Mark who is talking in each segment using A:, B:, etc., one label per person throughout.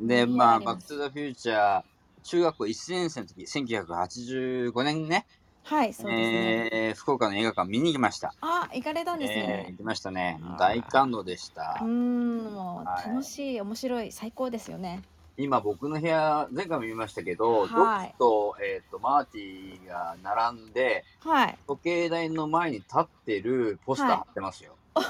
A: で、
B: り
A: ま
B: あ
A: あ、
B: り
A: バッ
B: ま
A: ク・
B: す
A: トゥ・ザ・フューチャー、中学校1年生の時、1985年ね、
B: はい、そうですね。
A: えー福岡の映画館見に行きました。
B: あ、行かれたんです
A: えー
B: ね
A: 行。きましたね
B: あー。
A: 大感動でした
B: うー。ん、も
A: は
B: う
A: い
B: 楽しい、面白い、最高ですよね。
A: 今、僕の部屋、前回も言いましたけど、
B: はい
A: ドクと、えっ、と、マーティが並んで、
B: はい。
A: 時計台の前に立ってるポスター
B: はい
A: 貼ってますよ。
B: 多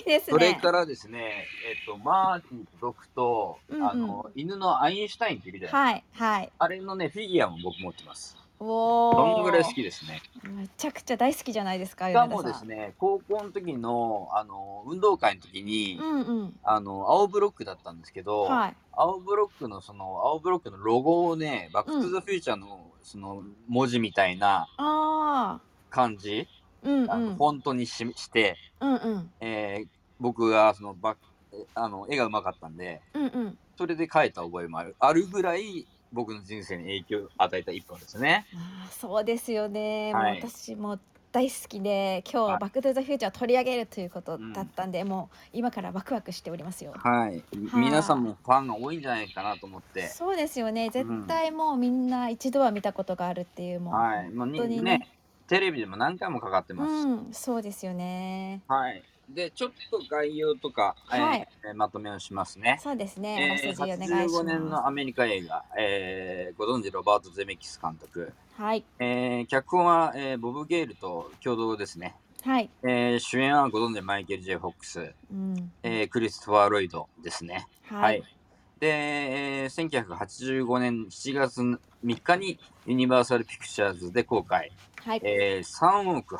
B: いですね。
A: それからですね、えっ、と、マーティとドクと、
B: うんうん
A: あの、犬のアインシュタインっているじゃない、
B: はい、はい。
A: あれのね、フィギュアも僕持ってます。
B: おお。
A: どんぐらい好きですね。
B: めちゃくちゃ大好きじゃないですか。
A: しかもで
B: 米田さ
A: す
B: ん。
A: ね、高校の時の、あの、運動会の時に、
B: うんうん。
A: あの、青ブロックだったんですけど、
B: はい。
A: 青ブロックのその、青ブロックのロゴをね、バックトゥザフューチャーの、その、文字みたいな
B: ああ。
A: 感じ、
B: うんうん。
A: あのフォントにしして、
B: うんうん。
A: えー僕が、その、バッえあの、絵がうまかったんで、
B: うんうん。
A: それで書いた覚えもある、あるぐらい、僕の人生に影響を与えた一本ですね。
B: あーそうですよね、
A: はい
B: もう私も大好きで今
A: は
B: 日
A: い
B: 「バック・トゥ・ザ・フューチャー」取り上げるということ
A: うん
B: だったんで、もう今からワクワクしておりますよ。
A: はい。皆さんもファンが多いんじゃないかなと思って、
B: そうですよね絶対もうみんな一度は見たことがあるっていうもう、
A: はい。もう
B: 本当に
A: に
B: ね
A: ね、テレビでも何回もかかってます。
B: うん、そうですよね
A: はい。で、ちょっと概要とか、
B: はい
A: えーまとめをしますね。
B: そうですね、あら
A: え
B: す
A: ー、
B: じお願いし
A: 85年の
B: ま
A: アメリカ映画、えーご存知ロバート・ゼメキス監督。
B: すはい
A: えー脚本は、えーボブ・ゲイルと共同ですね。
B: はい、
A: えー主演はご存知マイケル・ J ・フォックス、
B: うん
A: えークリストファー・ロイドですね。
B: は
A: はいい。で、えー1985年7月3日にユニバーサル・ピクチャーズで公開、
B: はい、
A: えー3億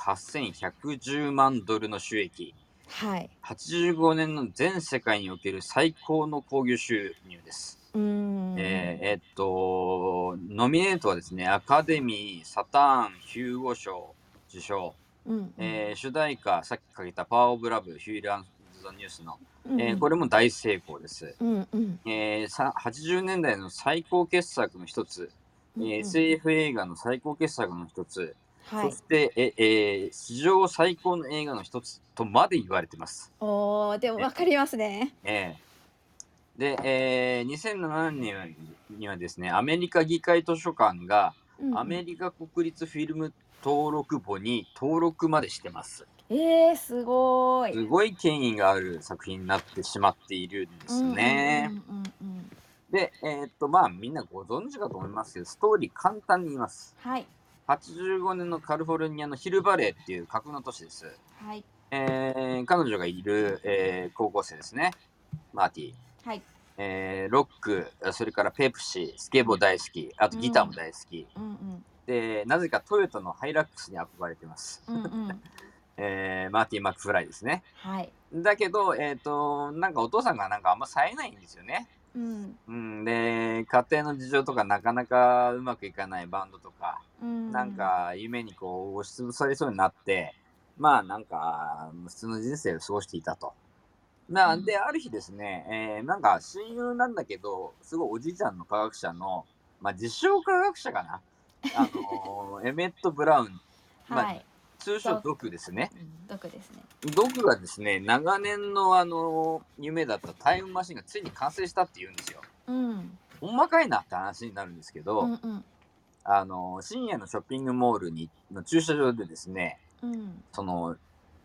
A: 8110万ドルの収益、
B: はい
A: 85年の全世界における最高の興行収入です。
B: うーん、
A: えーえっと、ノミネートはですね、アカデミー、サターン、ヒューゴ賞受賞、
B: うん
A: えー主題歌、さっきかけたパワーオブラブ、ヒューランズ・ザ・ニュースの、
B: うん
A: えーこれも大成功です。
B: うんうん
A: えーさ80年代の最高傑作の一つ、
B: う
A: え
B: ん
A: ー
B: うん
A: SF 映画の最高傑作の一つ、
B: は
A: そ
B: い
A: して、ええー史上最高の映画の一つとまで言われてます。
B: おーでもわかりますね
A: ええで、えー2007年にはにはですね、アメリカ議会図書館が
B: うんうん
A: アメリカ国立フィルム登録簿に登録までしてます。
B: えー、すごーい
A: すごい権威がある作品になってしまっているんですね。
B: うんうんうんうんうん
A: で、えーっと、まあみんなご存知かと思いますけど、ストーリー簡単に言います。
B: はい
A: 85年のカリフォルニアのヒルバレーっていう架空の都市です。
B: はい
A: えー彼女がいる、えー高校生ですね、マーティー。
B: はい
A: えーロック、それからペプシ、スケボー大好き、あとギターも大好き。
B: うん
A: で、なぜかトヨタのハイラックスに憧れてます。
B: うんうんうん
A: えーマーティン・マックフライですね。
B: はい
A: だけど、えっ、と、なんかお父さんがなんかあんま冴えないんですよね。
B: うん
A: うん、で、家庭の事情とかなかなかうまくいかないバンドとか、
B: うん
A: なんか夢にこう押しつぶされそうになって、まあなんか普通の人生を過ごしていたと。な
B: うん
A: で、ある日ですね、えーなんか親友なんだけど、すごいおじいちゃんの科学者の、まあ自称科学者か な。あのーエメット・ブラウン、まあ
B: はい
A: 通称ドクですね。
B: うん毒ですね
A: ドクがですね、長年のあのー夢だったタイムマシンがついに完成したって言うんですよ。
B: うん
A: ほんまかいなって話になるんですけど、
B: うんうん
A: あのー深夜のショッピングモールにの駐車場でですね、
B: うん
A: その、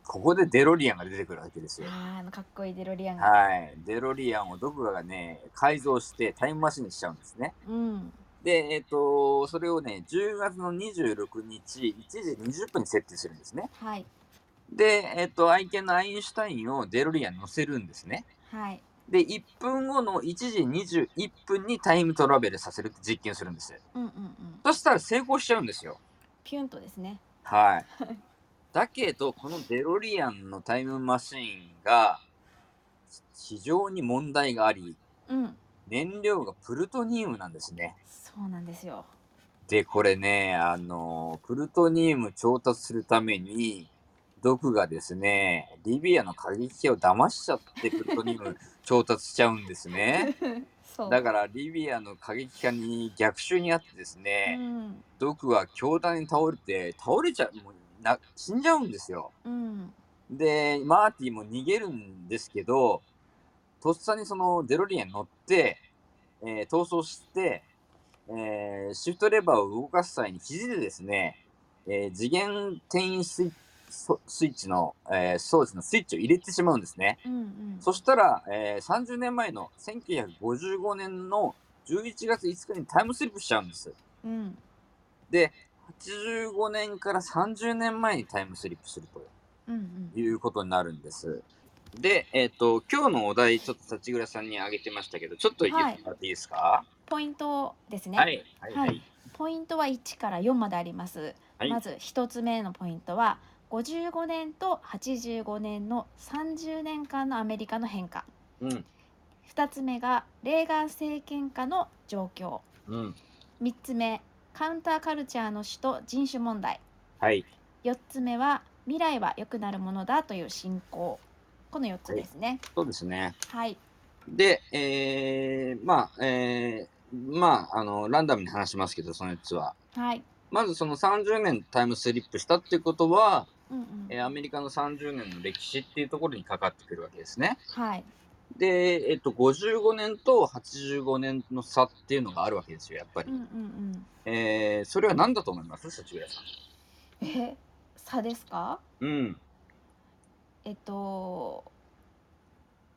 A: ここでデロリアンが出てくるわけですよ。
B: あーあのかっこいいデロリアンが
A: はい。デロリアンをドクガがね、改造してタイムマシンにしちゃうんですね。
B: うん
A: で、えっ、と、それをね、10月の26日、1時20分に設定するんですね。
B: はい
A: で、えっ、と、愛犬のアインシュタインをデロリアンに乗せるんですね。
B: はい
A: で、1分後の1時21分にタイムトラベルさせるって実験するんですよ。
B: うんうんうん
A: そしたら成功しちゃうんですよ。
B: ピュンとですね
A: はい。だけど、このデロリアンのタイムマシーンが非常に問題があり、
B: うん
A: 燃料がプルトニウムなんですね。
B: そうなんですよ
A: で、これね、あの、プルトニウム調達するために、ドクがですね、リビアの過激派を騙しちゃってプルトニウ ム調達しちゃうんですね。
B: そう
A: だからリビアの過激派に逆襲にあってです
B: う
A: ね、
B: ん
A: ドクは強打に倒れて、倒れちゃう、もうな死んじゃうんですよ。
B: うん
A: で、マーティも逃げるんですけど、とっさにそのデロリアンに乗って、ええー逃走して、えーシフトレバーを動かす際に肘でですね、えー次元転移スイそスイッチの、えー装置のスイッチを入れてしまうんですね。
B: うんうん。
A: そしたら、えー30年前の1955年の11月5日にタイムスリップしちゃうんです。
B: うん。
A: で、85年から30年前にタイムスリップすると
B: うんうん。
A: いうことになるんです。で、えっ、と、今日のお題、ちょっと立倉さんにあげてましたけど、ちょっと言ってもらっていいですか、
B: ポイントですね。
A: はい、はい、は
B: はいい。ポイントは1から4まであります。
A: はい
B: まず一つ目のポイントは55年と85年の30年間のアメリカの変化。
A: うん、
B: 2つ目がレーガン政権下の状況。
A: うん、
B: 3つ目、カウンターカルチャーの死と人種問題。
A: はい、
B: 4つ目は未来は良くなるものだという信仰。この4つですね。
A: そうですね。
B: はい。
A: で、えー、まあ、えー、まあ、あの、ランダムに話しますけど、その4つは。
B: はい。
A: まずその30年タイムスリップしたっていうことは、
B: うんうん。
A: えーアメリカの30年の歴史っていうところにかかってくるわけですね。
B: はい。
A: で、えっと、55年と85年の差っていうのがあるわけですよ、やっぱ
B: う
A: り。
B: んうんうん。
A: えー、それは何だと思います幸浦さ
B: え、差ですか？
A: ん。うん。
B: えっと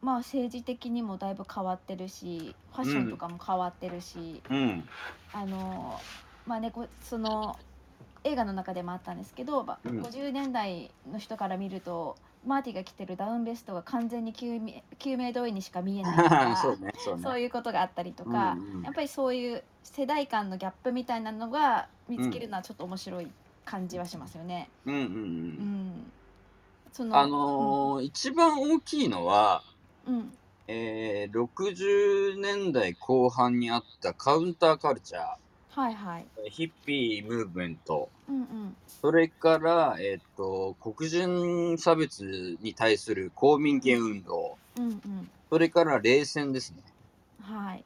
B: まあ政治的にもだいぶ変わってるしファッションとかも変わってるし、
A: うん。
B: あのまあねこその映画の中でもあったんですけど、まあ
A: うん
B: 50年代の人から見るとマーティが着てるダウンベストが完全に救命救命胴衣にしか見えないと か
A: そうね、そうね。
B: そういうことがあったりと
A: うん
B: か、
A: うん
B: やっぱりそういう世代間のギャップみたいなのが見つけるのはちょっと面白い感じはしますよね。
A: うんうんう。
B: うんん、その
A: あのー一番大きいのは、
B: うん
A: えー、60年代後半にあったカウンターカルチャ
B: はいはい。
A: ー、ヒッピームーブメント、
B: うんうん。
A: それから、えっと、黒人差別に対する公民権運動、
B: うんうん。
A: それから冷戦ですね。
B: はい。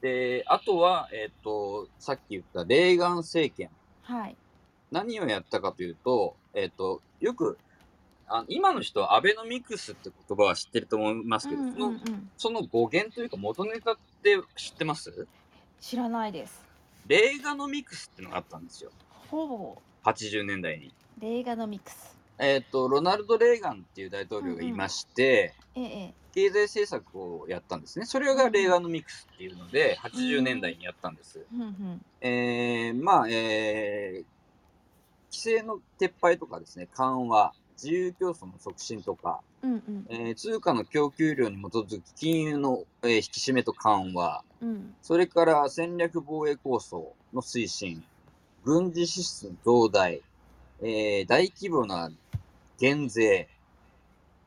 A: で、あとは、えっ、と、さっき言ったレーガン政権。
B: はい。
A: 何をやったかというと、えっ、と、よく、あ今の人はアベノミクスって言葉は知ってると思います
B: う
A: けど、
B: んうんう
A: そのその
B: ん。
A: 語源というか元ネタって知ってます
B: 知らないです。
A: レーガノミクスってのがあったんですよ。
B: ほぼ
A: 80年代に。
B: レーガノミクス。
A: えっ、と、ロナルド・レーガンっていう大統領がいまして、
B: ええ。
A: 経済政策をやったんですね。それがレーガノミクスっていうので、80年代にやったんです。
B: うんうん。
A: えー、まあ、えー、規制の撤廃とかですね、緩和、自由競争の促進とか、
B: うんうん。
A: えー通貨の供給量に基づく金融の、えー引き締めと緩和、
B: うん。
A: それから戦略防衛構想の推進、軍事支出の増大、えー大規模な減税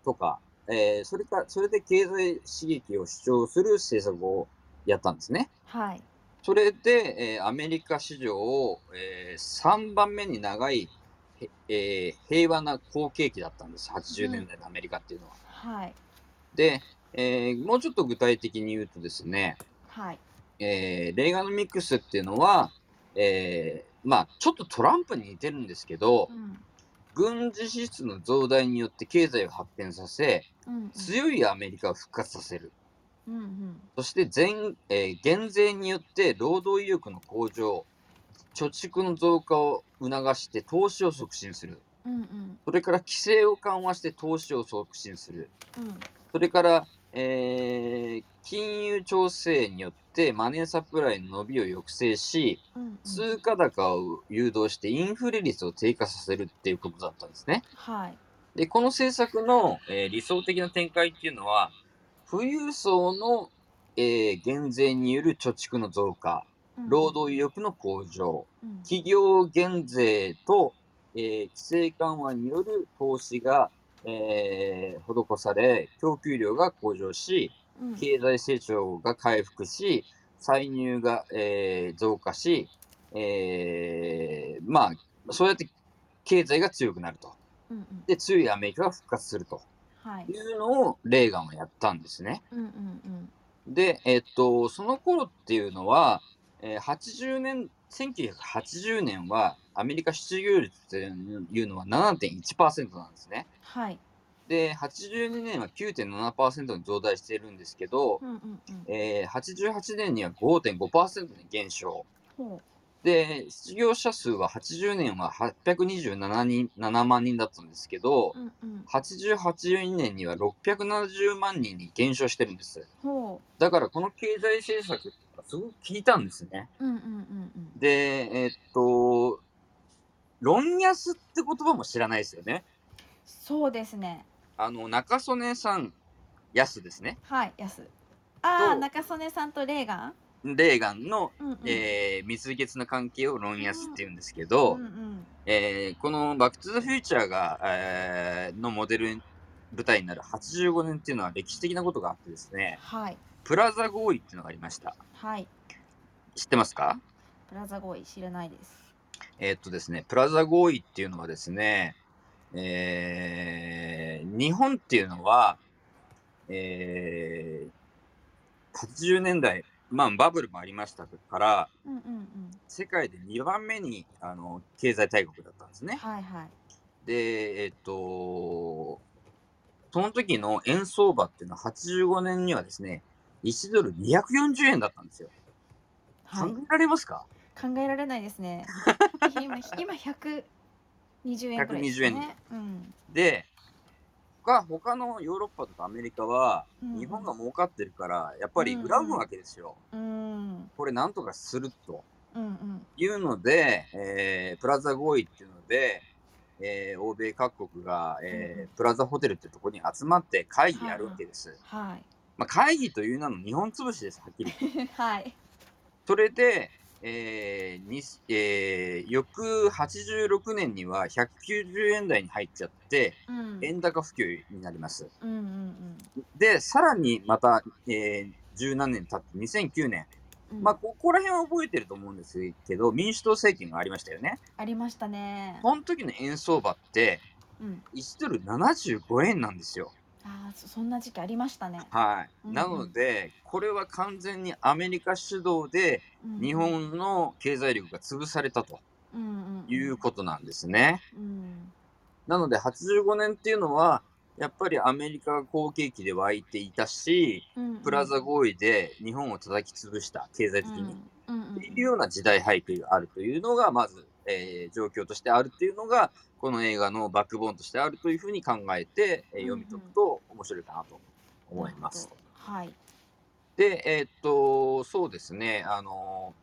A: とか、えーそれから、それで経済刺激を主張する政策をやったんですね。
B: はい。
A: それで、えーアメリカ史上、えー3番目に長い、へえー平和な好景気だったんです、80年代のアメリカっていうのは。
B: はい。
A: で、えーもうちょっと具体的に言うとですね、
B: はい。
A: えーレーガノミクスっていうのは、えーまあ、ちょっとトランプに似てるんですけど
B: う、ん。
A: 軍事支出の増大によって経済を発展させ、
B: うん。
A: 強いアメリカを復活させる。
B: うんうん。
A: そして全、えー減税によって労働意欲の向上、貯蓄の増加を促して投資を促進する。
B: うんうん。
A: それから規制を緩和して投資を促進する。
B: うん。
A: それから、えー金融調整によってマネーサプライの伸びを抑制し、
B: うん。
A: 通貨高を誘導してインフレ率を低下させるっていうことだったんですね。
B: はい。
A: で、この政策の、えー理想的な展開っていうのは、富裕層の、えー減税による貯蓄の増加、労働意欲の向上、
B: うん。
A: 企業減税と、えー規制緩和による投資が、えー施され、供給量が向上し、
B: うん。
A: 経済成長が回復し、歳入が、えー増加し、えーまあ、そうやって経済が強くなると。
B: うんうん。
A: で、強いアメリカが復活すると
B: はい
A: い。うのをレーガンはやったんですね。
B: うんうんうん。
A: で、えっと、その頃っていうのは、えー80年、1980年はアメリカ失業率っていうのは7.1%なんですね。
B: はい。
A: で、82年は9.7%に増大しているんですけど、
B: うんうんうん。
A: えー88年には5.5%に減少。
B: ほ
A: で、失業者数は80年は827人、7万人だったんですけど
B: う。、うんうん。
A: 88年には670万人に減少してるんです。
B: ほ
A: だからこの経済政策がすごく効いたんですね。
B: う。うんうんうんうん。
A: で、えっと、論安って言葉も知らないですよね。
B: そうですね。
A: あの、中曽根さん、安ですね。
B: はい、安。あ
A: そ
B: あ、
A: う
B: 中曽根さんとレーガン。
A: レーガンの、
B: うんうん。
A: えー蜜月の関係を論安って言うんですけど、
B: うんうん。
A: えーこのバック・トゥ・ザ・フューチャーが、えーのモデル舞台になる85年っていうのは歴史的なことがあってですね、
B: はい。
A: プラザ合意っていうのがありました。
B: はい。
A: 知ってますか
B: プラザ合意知らないです。
A: えーっとですね、プラザ合意っていうのはですね、えー日本っていうのは、えー80年代、まあバブルもありましたから、
B: うんうん
A: 世界で2番目にあの経済大国だったんです
B: うん。
A: ね。
B: はいはい。
A: で、えーっと、その時の円相場っていうのは85年にはですね、1ドル240円だったんですよ。
B: は
A: 考
B: い。
A: えられますか、
B: 考えられないですね。今、今百二十円くらいです
A: 120
B: ね。うん。
A: で、他他のヨーロッパとかアメリカは、
B: うん
A: 日本が儲かってるから、やっぱり恨むわけですよ。
B: うん。うん
A: これなんとかすると
B: うん。
A: いうので、えープラザ合意っていうので、えー欧米各国が、
B: うんう
A: え
B: ん
A: ープラザホテルってとこに集まって会議やるわけです。
B: はい。
A: まあ、会議という名の日本潰しです、はっきり言って。
B: はい。
A: それで、えーにえー翌86年には190円台に入っちゃって、
B: うん。うん
A: 円高不況になります。
B: うんうん。
A: で、さらにまた、えー、十何年経って、2009年。
B: うん
A: まあ、ここら辺は覚えてると思うんですけど、民主党政権がありましたよね。
B: ありましたね。
A: この時の円相場って、
B: うん。
A: 1ドル75円なんですよ。
B: ああ、そそんな時期ありましたね。
A: はい。
B: うん
A: なので、これは完全にアメリカ主導で、
B: うん
A: 日。本の経済力が潰されたと
B: うんうんうん。
A: いうことなんですね。
B: うん。
A: なので、85年っていうのは、やっぱりアメリカが好景気で湧いていたし、
B: うんうん。
A: プラザ合意で日本を叩き潰した、経済
B: う
A: 的
B: ん。
A: に。
B: うんう
A: っ
B: ん
A: ていうような時代背景があるというのがまず、えー状況としてあるというのがこの映画のバックボーンとしてあるというふうに考えて、えー
B: う
A: 読
B: んう
A: み
B: ん
A: 解くと面白いかなと思います。
B: なるほどはい。
A: でえーっとそうですねあの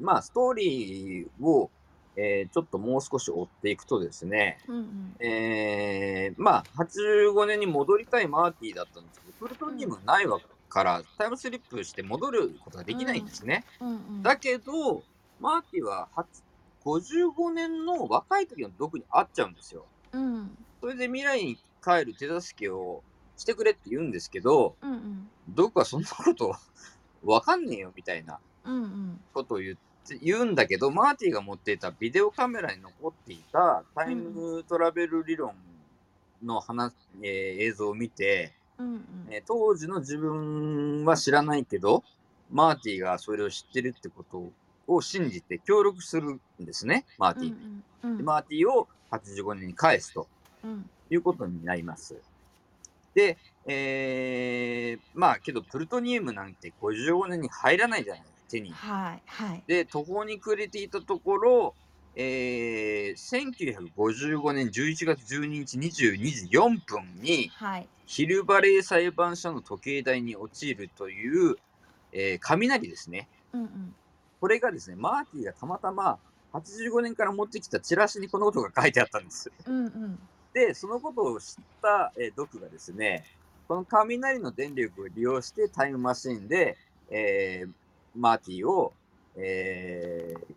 A: ーまあストーリーを、えーちょっともう少し追っていくとですね
B: うんうん。
A: えーまあ85年に戻りたいマーティだったんですけどプルトニウムないわからタイムスリップして戻ることができないんですね。
B: うんうん。
A: だけど、マーティははち55年の若い時の毒に会っちゃうんですよ。
B: うん。
A: それで未来に帰る手助けをしてくれって言うんですけど、
B: うんうん。
A: 毒はそんなことわかんねえよみたいな
B: うんうん。
A: ことを言って、言うんだけど、マーティが持っていたビデオカメラに残っていたタイムトラベル理論の話、えー映像を見て、
B: うんうん。
A: えー当時の自分は知らないけど、マーティがそれを知ってるってことを信じて協力するんですね、マーティ。
B: うんうんう
A: で
B: ん
A: マーティを85年に返すと
B: うん
A: いうことになります。で、えーまあけど、プルトニウムなんて55年に入らないじゃない、手に。
B: はいはい。
A: で、途方に暮れていたところ、えー1955年11月12日22時4分に、
B: はい。
A: ヒルバレー裁判所の時計台に陥るという、えー雷ですね。
B: うんうん。
A: これがですね、マーティがたまたま85年から持ってきたチラシにこのことが書いてあったんです。
B: うんうん。
A: で、そのことを知った、えードクがですね、この雷の電力を利用してタイムマシンで、えーマーティを、えー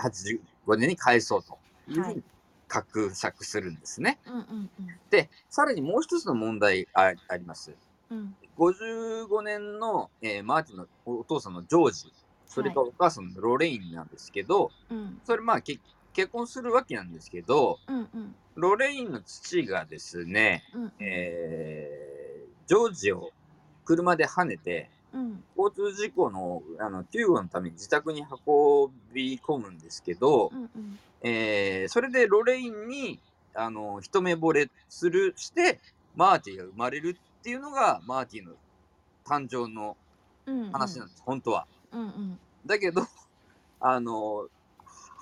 A: 85年に返そうというふうに画策するんですね。
B: うんうん
A: で、さらにもう一つの問題ああります。
B: うん。うん。
A: 55年の、えーマーティンのお父さんのジョージ、それからお母さんのロレインなんですけど、
B: うん
A: それまあけ結婚するわけなんですけど、
B: うんうん
A: ロレインの父がですね、
B: うん。
A: えージョージを車で跳ねて、
B: うん
A: 交通事故のあの救護のために自宅に運び込むんですけど
B: う、んうん
A: えーそれでロレインにあの一目惚れするしてマーティが生まれるっていうのがマーティの誕生の
B: うんうん、
A: 話なんです、本当は。
B: うんうん
A: だけど あの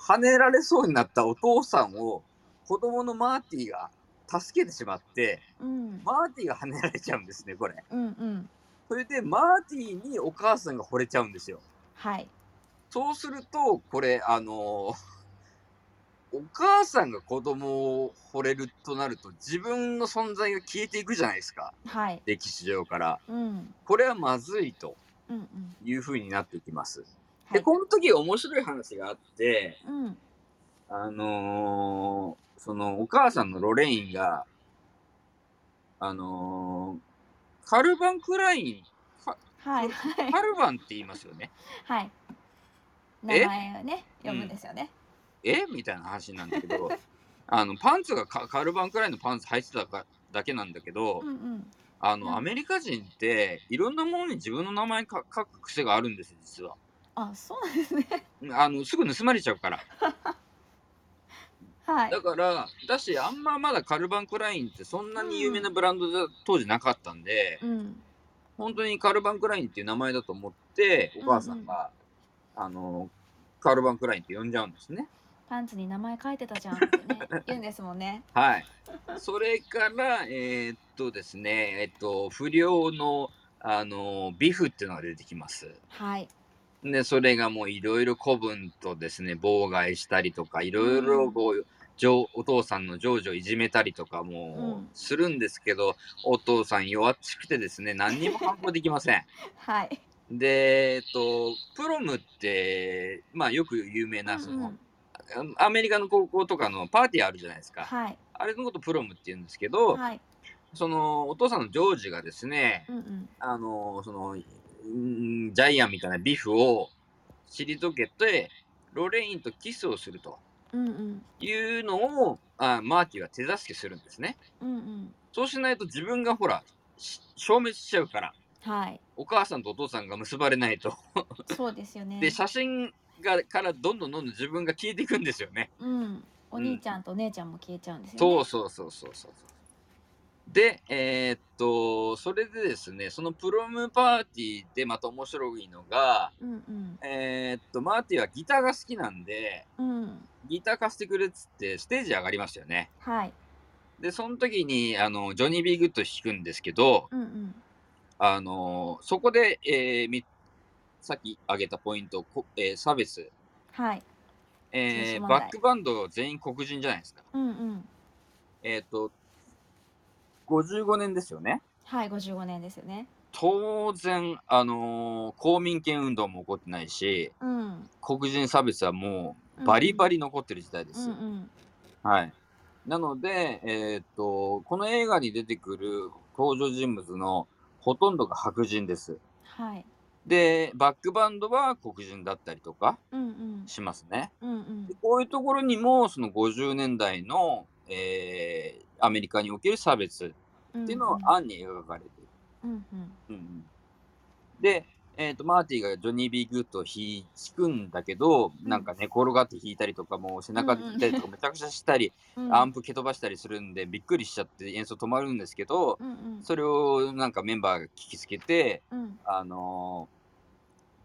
A: 跳ねられそうになったお父さんを子供のマーティが助けてしまって
B: うん
A: マーティが跳ねられちゃうんですねこれ。
B: うんうん
A: それでマーティにお母さんが惚れちゃうんですよ。
B: はい
A: そうすると、これ、あのお母さんが子供を惚れるとなると、自分の存在が消えていくじゃないですか、
B: はい
A: 歴史上から。
B: うんうん
A: これはまずいと
B: うん
A: いうふうになっていきます。
B: は
A: で、
B: い
A: この時面白い話があって、
B: うん
A: あのーそのお母さんのロレインが、あのーカルバン・クライ
B: はいは
A: ン、
B: い
A: カルバンって言いますよね。
B: はい
A: え
B: 名前をね読むんですよね、
A: えみたいな話なんだけ どあのパンツがカカルバンくらいのパンツ履いてたかだけなんだけど、
B: うん、うん
A: あ
B: うん
A: のアメリカ人っていろんなものに自分の名前か書く癖があるんですよ実は
B: あそうなんですね
A: うんあのすぐ盗まれちゃうから
B: はい
A: だからだしあんままだカルバン・クラインってそんなに有名なブランドだ当時なかったんで、
B: うん
A: 本当にカルバン・クラインっていう名前だと思ってお母さんが、あのカルバン・クラインって呼んじゃうんですね
B: パンツに名前書いてたじゃんってね言うんですもんね
A: はい。それから、えーっとですね、えっと、不良の、あの、ビフっていうのが出てきます。
B: はい
A: で、それがもういろいろ古文とですね、妨害したりとか、いろいろこう、じょお父さんの情緒をいじめたりとか
B: う
A: も
B: ん
A: するんですけど、お父さん弱っちくてですね、何にも反抗できません。
B: はい
A: で、えっと、プロムって、まあよく有名な、そ
B: うんう
A: の
B: ん、
A: アメリカの高校とかのパーティーあるじゃないですか。
B: はい
A: あれのことプロムって言うんですけど、
B: はい
A: そのお父さんのジョージがですね
B: う、んうん
A: あのそのうんジャイアンみたいなビフを退けてロレインとキスをすると
B: うんうん
A: いうのをあマーティは手助けするんですね。
B: うんうん
A: そうしないと自分がほらし消滅しちゃうから
B: はい
A: お母さんとお父さんが結ばれないと。
B: そうですよね
A: で写真がからどんどんどんどん自分が消えていくんですよね。
B: うんお兄ちゃんとお姉ちゃんも消えちゃうんですよ
A: そ
B: ね
A: うそうそうそうそう。で、えーっと、それでですね、そのプロムパーティーでまた面白いのが、
B: うんうん
A: えーっと、マーティはギターが好きなんで、
B: うん
A: ギター貸してくれっつって、ステージ上がりましたよね。
B: はい
A: で、その時に、あの、ジョニー・ビー・グッド弾くんですけど、
B: うんうん
A: あの、そこで、えーみさっき挙げたポイント、こえー差別、
B: はい人種
A: えー
B: 問題
A: バックバンド全員黒人じゃないですか。
B: うんうん
A: えーっと、55年ですよね。
B: はい55年ですよね
A: 当然、あのー公民権運動も起こってないし
B: うん
A: 黒人差別はもうバリバ
B: リ
A: リ残ってる時代で
B: う
A: す。
B: んうん
A: はい、なので、えーっとこの映画に出てくる登場人物のほとんどが白人です。
B: はい
A: でバックバンドは黒人だったりとか
B: うんうん
A: しますね。
B: うんうん
A: でこういうところにもその50年代の、えーアメリカにおける差別
B: うん
A: っていうのを案に描かれている。
B: うんうん
A: うんうんで、えー、とマーティがジョニー・ビー・グッドを弾くんだけど、
B: うん
A: なんか寝転がって弾いたりとかもう背中で弾いたりとかめちゃくちゃしたり、
B: うん
A: アンプ蹴飛ばしたりするんでびっくりしちゃって演奏止まるんですけど
B: うんうん
A: それをなんかメンバーが聞きつけて、
B: うん
A: あのー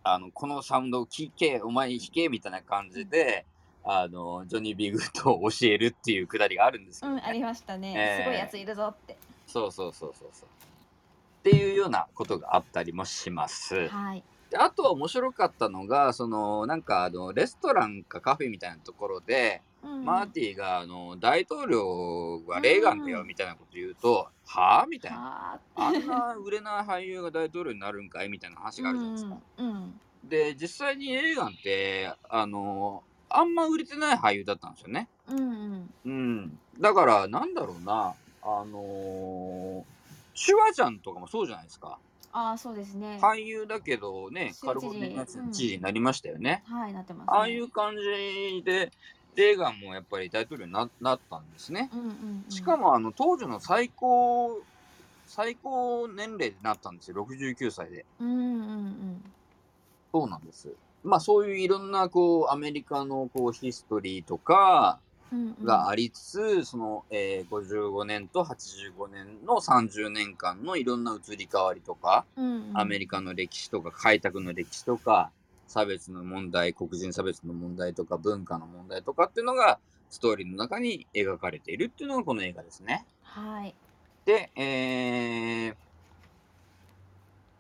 A: あのこのサウンドを聴けお前弾けみたいな感じで、あのジョニー・ビー・グッドを教えるっていうくだりがあるんですけ
B: う
A: ど、
B: んあり
A: ね
B: ましたね
A: えー
B: すごいやついるぞって
A: そうそうそうそうそう。っていうようなことがあったりもします。
B: はい
A: であとは面白かったのがそのなんかあのレストランかカフェみたいなところで、
B: うんうん
A: マーティがあの大統領はレーガンだ
B: う
A: よ
B: ん
A: みたいなこと言うと、はあみたいな
B: は
A: あんな売れない俳優が大統領になるんかいみたいな話
B: ー
A: があるじゃないですか。
B: うんうん
A: で実際にレーガンってあのあんま売れてない俳優だったんですよね。
B: うんうん
A: うん、だからなんだろうなあのシュワちゃんとかもそうじゃないですか
B: ああそうですね
A: 俳優だけどね
B: 州知事
A: カルフォルニア州の知事になりましたよね。
B: はいなってますね
A: ああいう感じで、レーガンもやっぱり大統領にななったんですね。
B: うんうんうん
A: しかも、あの、当時の最高、最高年齢になったんですよ、69歳で。
B: うんうんうん
A: そうなんです。まあ、そういういろんな、こう、アメリカの、こう、ヒストリーとか、
B: うんうん
A: がありつつ、その、えー55年と85年の30年間のいろんな移り変わりとか、
B: うんうん
A: アメリカの歴史とか開拓の歴史とか差別の問題黒人差別の問題とか文化の問題とかっていうのがストーリーの中に描かれているっていうのがこの映画ですね。
B: はい
A: で、えー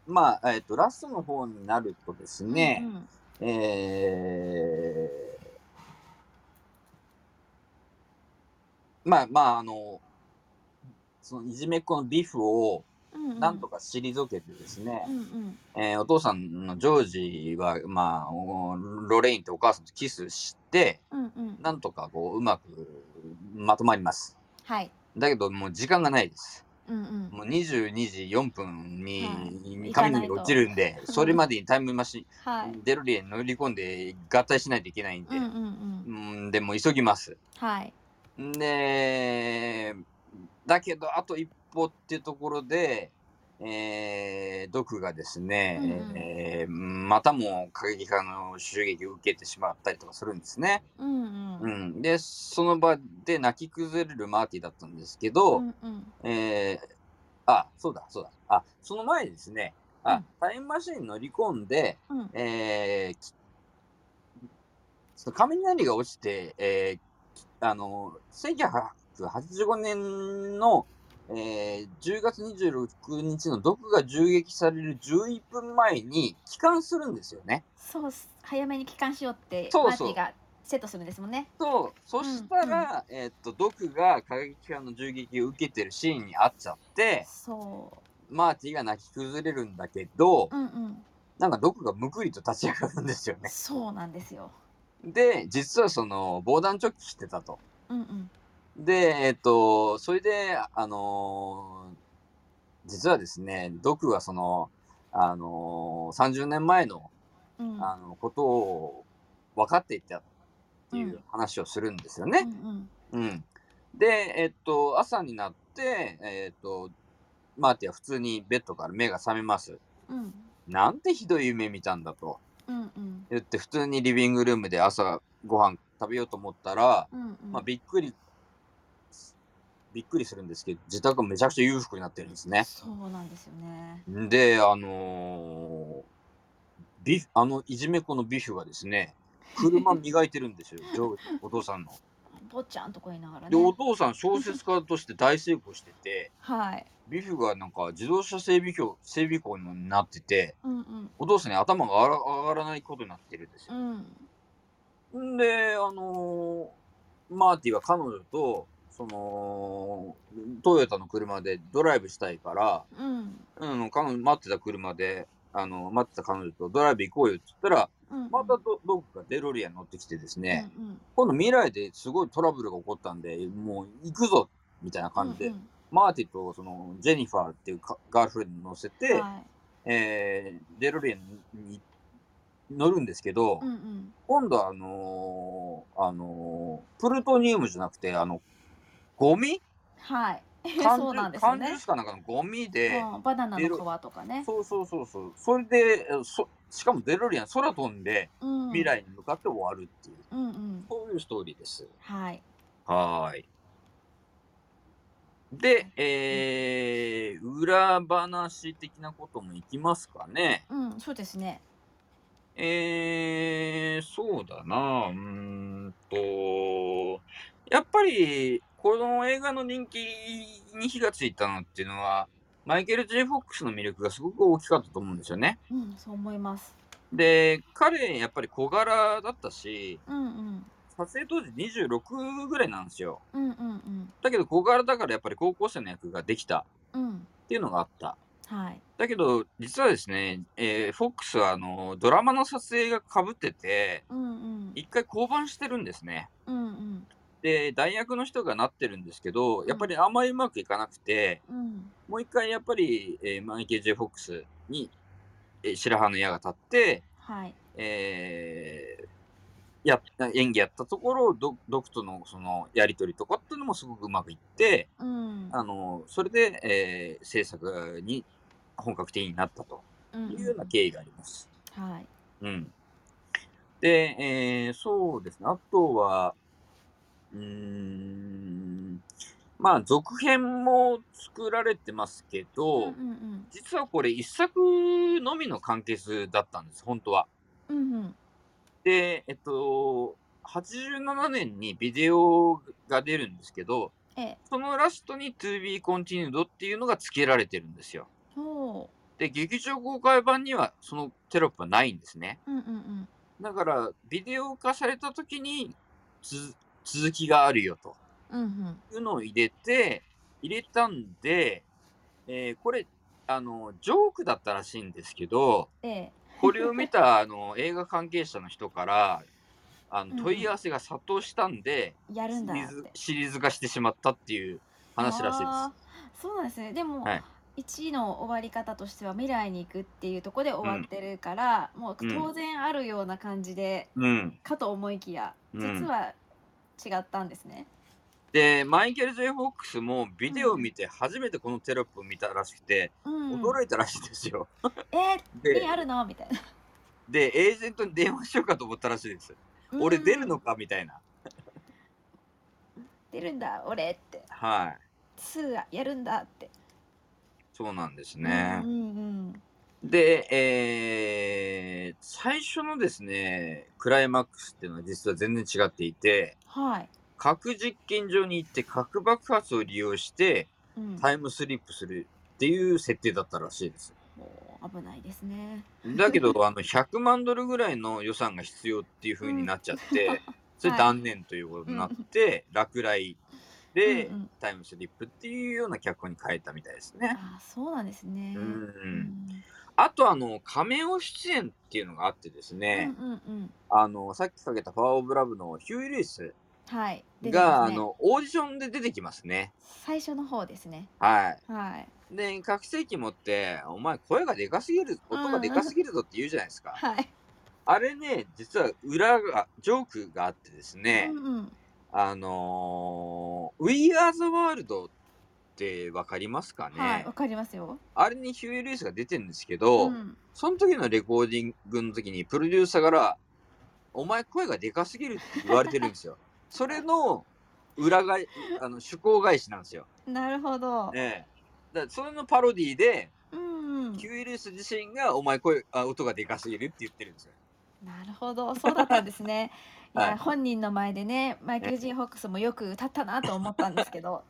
A: まあ、えっとラストの方になるとですね、
B: うんうん
A: えーまあまああのそのいじめっ子のビフを
B: うんうん
A: なんとか退けてですね、
B: うんうん
A: えーお父さんのジョージは、まあ、おロレインとお母さんとキスして、
B: うんうん
A: なんとかこう、うまくまとまります。
B: はい
A: だけど、もう時間がないです。
B: うんうん
A: もう22時4分に
B: はい
A: 神に落ちるんで、
B: と
A: それまでにタイムマシ
B: は
A: ン、
B: い
A: デロリアンに乗り込んで合体しないといけないんで、
B: うんうんう
A: うんん、でもう急ぎます。
B: はい
A: で、だけど、あと一歩っていうところで、えー、毒がですね、
B: うんうん
A: えーまたも過激派の襲撃を受けてしまったりとかするんですね。
B: うんう
A: うんん、で、その場で泣き崩れるマーティだったんですけど、
B: うんうん
A: えーあ、そうだ、そうだ。あ、その前にですね、あ、
B: うん
A: タイムマシンに乗り込んで、
B: うん
A: えーきその雷が落ちて、えーきあの1985年の、えー10月26日の毒が銃撃される11分前に帰還するんですよね。
B: そうっす早めに帰還しようって
A: そう
B: マーテ
A: そう
B: ィがセットするんですもんね
A: とそしたら、えーっと毒が過激派の銃撃を受けてるシーンにあっちゃって
B: そ
A: マーティが泣き崩れるんだけど
B: ううんうん
A: なんか毒がむくりと立ち上がるんですよね。
B: そうなんですよ
A: で実はその防弾チョッキ着てたと。
B: うんうん
A: で、えっと、それで、あのー実はですね、ドクはその、あのー30年前の、
B: うん
A: あの、ことを分かっていたっていう話をするんですよね。
B: うん
A: うん。で、えっと、朝になって、えっと、マーティは普通にベッドから目が覚めます。
B: うんうん
A: なんてひどい夢見たんだと
B: うんうん
A: 言って、普通にリビングルームで朝ご飯食べようと思ったら、
B: うんうん
A: まあ、びっくり、びっくりするんですけど、自宅がめちゃくちゃ裕福になってるんですね。
B: そうなんですよね
A: で、あのービフあのいじめっ子のビフがですね、車磨いてるん ですよ、ジョージお父さんの。
B: 坊ちゃんとこ言いながら
A: で、お
B: ね
A: 父さん小説家として大成功してて、
B: はい
A: ビフがなんか自動車整備業整備工になってて、
B: うんうん
A: お父さんに頭が上がら上がらないことになってるんです
B: う
A: よ。
B: ん
A: んで、あのーマーティは彼女と、その、トヨタの車でドライブしたいから、
B: うん
A: うん、彼女待ってた車で、あの、待ってた彼女とドライブ行こうよって言ったら、
B: うん
A: またど、どこかデロリアン乗ってきてですね、
B: うんうん
A: 今度未来ですごいトラブルが起こったんで、もう行くぞみたいな感じで、
B: うんうん
A: マーティとそのジェニファーっていうかガールフレンド乗せて、
B: はい
A: えーデロリアンに乗るんですけど、
B: うんうん
A: 今度はあのーあのープルトニウムじゃなくて、あの、ゴミ
B: はい
A: 缶
B: そうなん
A: ジ
B: ですよ
A: 缶ジュ
B: ね
A: ースかなんかのゴミで、
B: うんバナナの皮とかね
A: そうそうそうそう。それで、えそしかもデロリアン空飛んで
B: うん
A: 未来に向かって終わるっていう、
B: うんうん
A: そういうストーリーです。
B: はい
A: はーい。で、えー、裏話的なこともいきますかね。
B: うんそうですね
A: えー、そうだな、うーんと、やっぱり、この映画の人気に火がついたのっていうのは、マイケル・ J ・フォックスの魅力がすごく大きかったと思うんですよね。
B: うんそう思います
A: で彼やっぱり小柄だったし
B: うんうん
A: 撮影当時26ぐらいなんですよ
B: うんうん
A: だけど小柄だからやっぱり高校生の役ができた
B: うんうん
A: っていうのがあった
B: はい
A: だけど実はですね、えーフォックスはあのドラマの撮影がかぶってて
B: うんうん
A: 一回降板してるんですね
B: うんうん
A: で代役の人がなってるんですけどやっぱりあんまりうまくいかなくて
B: うん
A: もう一回やっぱり、えーマイケル・ J ・フォックスに、えー白羽の矢が立って
B: はい
A: えーやった演技やったところドドクとのそのやり取りとかっていうのもすごくうまくいって
B: うん
A: あのそれで、えー制作に本格的になったと
B: うん
A: いうような経緯があります。
B: はい
A: うん、で、えーそうですねあとはうーんまあ続編も作られてますけど、
B: うんうん
A: 実はこれ一作のみの完結だったんです本当は。
B: うんうん
A: でえっと87年にビデオが出るんですけど
B: ええ
A: そのラストに To be continued っていうのが付けられてるんですよ。
B: ほ
A: で劇場公開版にはそのテロップはないんですね。
B: ううんうんうん
A: だからビデオ化された時につ続きがあるよと。
B: うんうん
A: いうのを入れて、入れたんで、えーこれ、あの、ジョークだったらしいんですけど、
B: ええ
A: これを見 たあの映画関係者の人から、あ
B: うんう
A: の
B: ん
A: 問い合わせが殺到したんで、
B: やるんだ
A: シリ
B: っ
A: ーズ
B: て
A: シリーズ化してしまったっていう話らしい
B: あ
A: で
B: ーそうなんですねでも、
A: はい
B: 一1の終わり方としては未来に行くっていうところで終わってるから、もう当然あるような感じで、
A: す。うん。
B: かと思いきや
A: うん
B: 実は違ったんですね。
A: で、マイケル・ J ・フォックスもビデオを見て初めてこのテロップを見たらしくて、
B: うん
A: 驚いたらしいですよ。
B: えー、
A: で
B: ピンあるのみたいな。
A: で、エージェントに電話しようかと思ったらしいです。 俺出る
B: う
A: の
B: ん
A: かみたいな。
B: 出るんだ俺って
A: はい。
B: 2やるんだって。
A: そうなんですね。
B: うんうん
A: で、えー最初のですね、クライマックスっていうのは実は全然違っていて、
B: はい。
A: 核実験場に行って核爆発を利用して
B: うん、
A: タイムスリップするっていう設定だったらしいです。
B: もう危ないですね。
A: だけ ど、あの、100万ドルぐらいの予算が必要っていう風になっちゃって、 それ断念ということになって、落雷で
B: うんうん
A: タイムスリップっていうような脚本に変えたみたいですね。
B: あーそうなんですね。
A: う。
B: うんん
A: あと、あの、仮面を出演っていうのがあってですね、
B: うんうんうん
A: あの、さっきかけたパワーオブラブのヒューイ・ルイス
B: はい。出て
A: が、
B: ますね
A: あの、オーディションで出てきますね。
B: 最初の方ですね。
A: は
B: はい。
A: い。で、覚醒器持って、お前声がでかすぎる、音がでかすぎるぞって言うじゃないですか。
B: はい。
A: あれね、実は裏が、ジョークがあってですね、
B: うんうん、
A: あのー、We Are the World ってわかりますかね、
B: はい、わかりますよ。
A: あれにヒューイ・ルイスが出てるんですけど、
B: うん、
A: その時のレコーディングの時にプロデューサーから「お前声がでかすぎる」って言われてるん ですよ。それの裏返あの趣向返しなんですよ。
B: なるほど。
A: ええ、だからそれのパロディで
B: うんうん、
A: キュイルス自身が「お前声あ音がでかすぎる」って言ってるんですよ。
B: なるほど、そうだったんですね。 い
A: は
B: や、
A: い
B: 本人の前でね、マイケル・ジー・ホックスもよく歌ったなと思ったんです けど。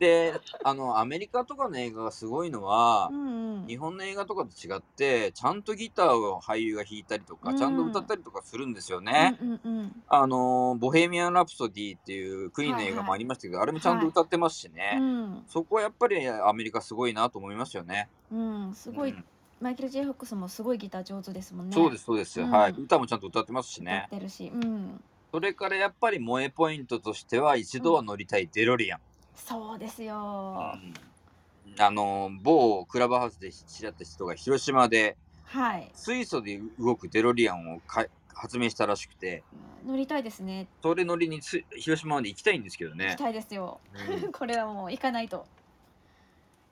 A: であのアメリカとかの映画がすごいのは
B: う、ん、うん、
A: 日本の映画とかと違ってちゃんとギターを俳優が弾いたりとか、ちゃんと歌ったりとかするんですよね。
B: うんうんうん、
A: あのボヘミアン・ラプソディっていうクイーンの映画もありましたけど、あれもちゃんと歌ってますしね、
B: うん、
A: そこはやっぱりアメリカすごいなと思いますよね。
B: うん、すごい、
A: うん
B: マイケル・ジー・ホックスもすごいギター上手ですもんね。。
A: そうですすそうです、
B: うん
A: はい歌もちゃんと歌ってますし
B: 歌
A: ね
B: ってるし、うん、
A: それからやっぱり萌えポイントとしては一度は乗りたいデロリアン、
B: そうですよ。
A: うんあの某クラブハウスで知り合った人が広島で
B: はい、
A: 水素で動くデロリアンをか発明したらしくて
B: 乗りたいですね。
A: それ乗りにつ広島まで行きたいんですけど
B: 行
A: ね
B: き。たいですよ。
A: うん
B: これはもう行かないと。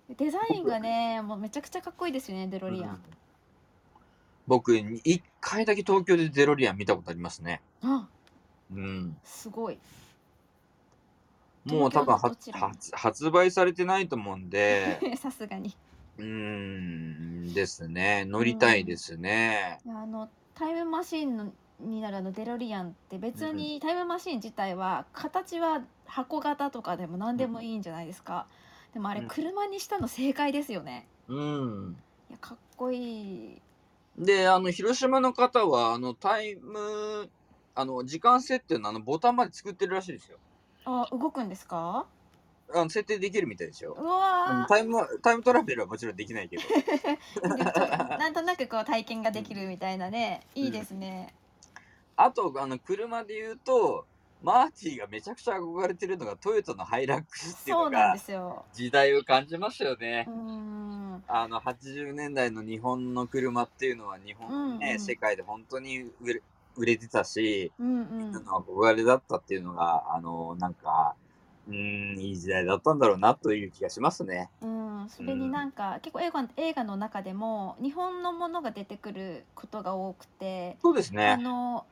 B: デザインがね、もうめちゃくちゃかっこいいですよね、デロリアン。
A: 僕1回だけ東京でデロリアン見たことありますね。
B: あ、
A: うん、
B: すごい。
A: もう多分は
B: 東京のどちら
A: 発発売されてないと思うんで
B: さすがに。
A: うーんですね乗りたいですね。
B: いやあのタイムマシーンのになるあのデロリアンって別にタイムマシーン自体は形は箱型とかでも何でもいいんじゃないですか、でもあれ
A: うん
B: 車にしたの正解ですよね
A: うん、
B: いやかっこいい
A: であの広島の方はあのタイムあの時間設定のあのボタンまで作ってるらしいですよ。
B: あ動くんですか
A: あの設定できるみたいですよ
B: う。
A: うん
B: わー
A: タイムはタイムトラベルはもちろんできないけど
B: でもちょっとなんとなくこう体験ができるみたいなねいいですね、
A: あとあの車で言うとマーティがめちゃくちゃ憧れてるのがトヨタのハイラックスっていう
B: そ
A: の
B: うなん
A: が
B: ですよ
A: 時代を感じますよね
B: う。ーん
A: あの80年代の日本の車っていうのは日本ね、
B: うんうん
A: 世界で本当に売れ売れてたし、
B: うん
A: みん
B: う
A: なんの憧れだったっていうのがあのなんかうーんいい時代だったんだろうなという気がしますね。
B: うん、それになんか、結構映画映画の中でも日本のものが出てくることが多くて、
A: そうですね。
B: あの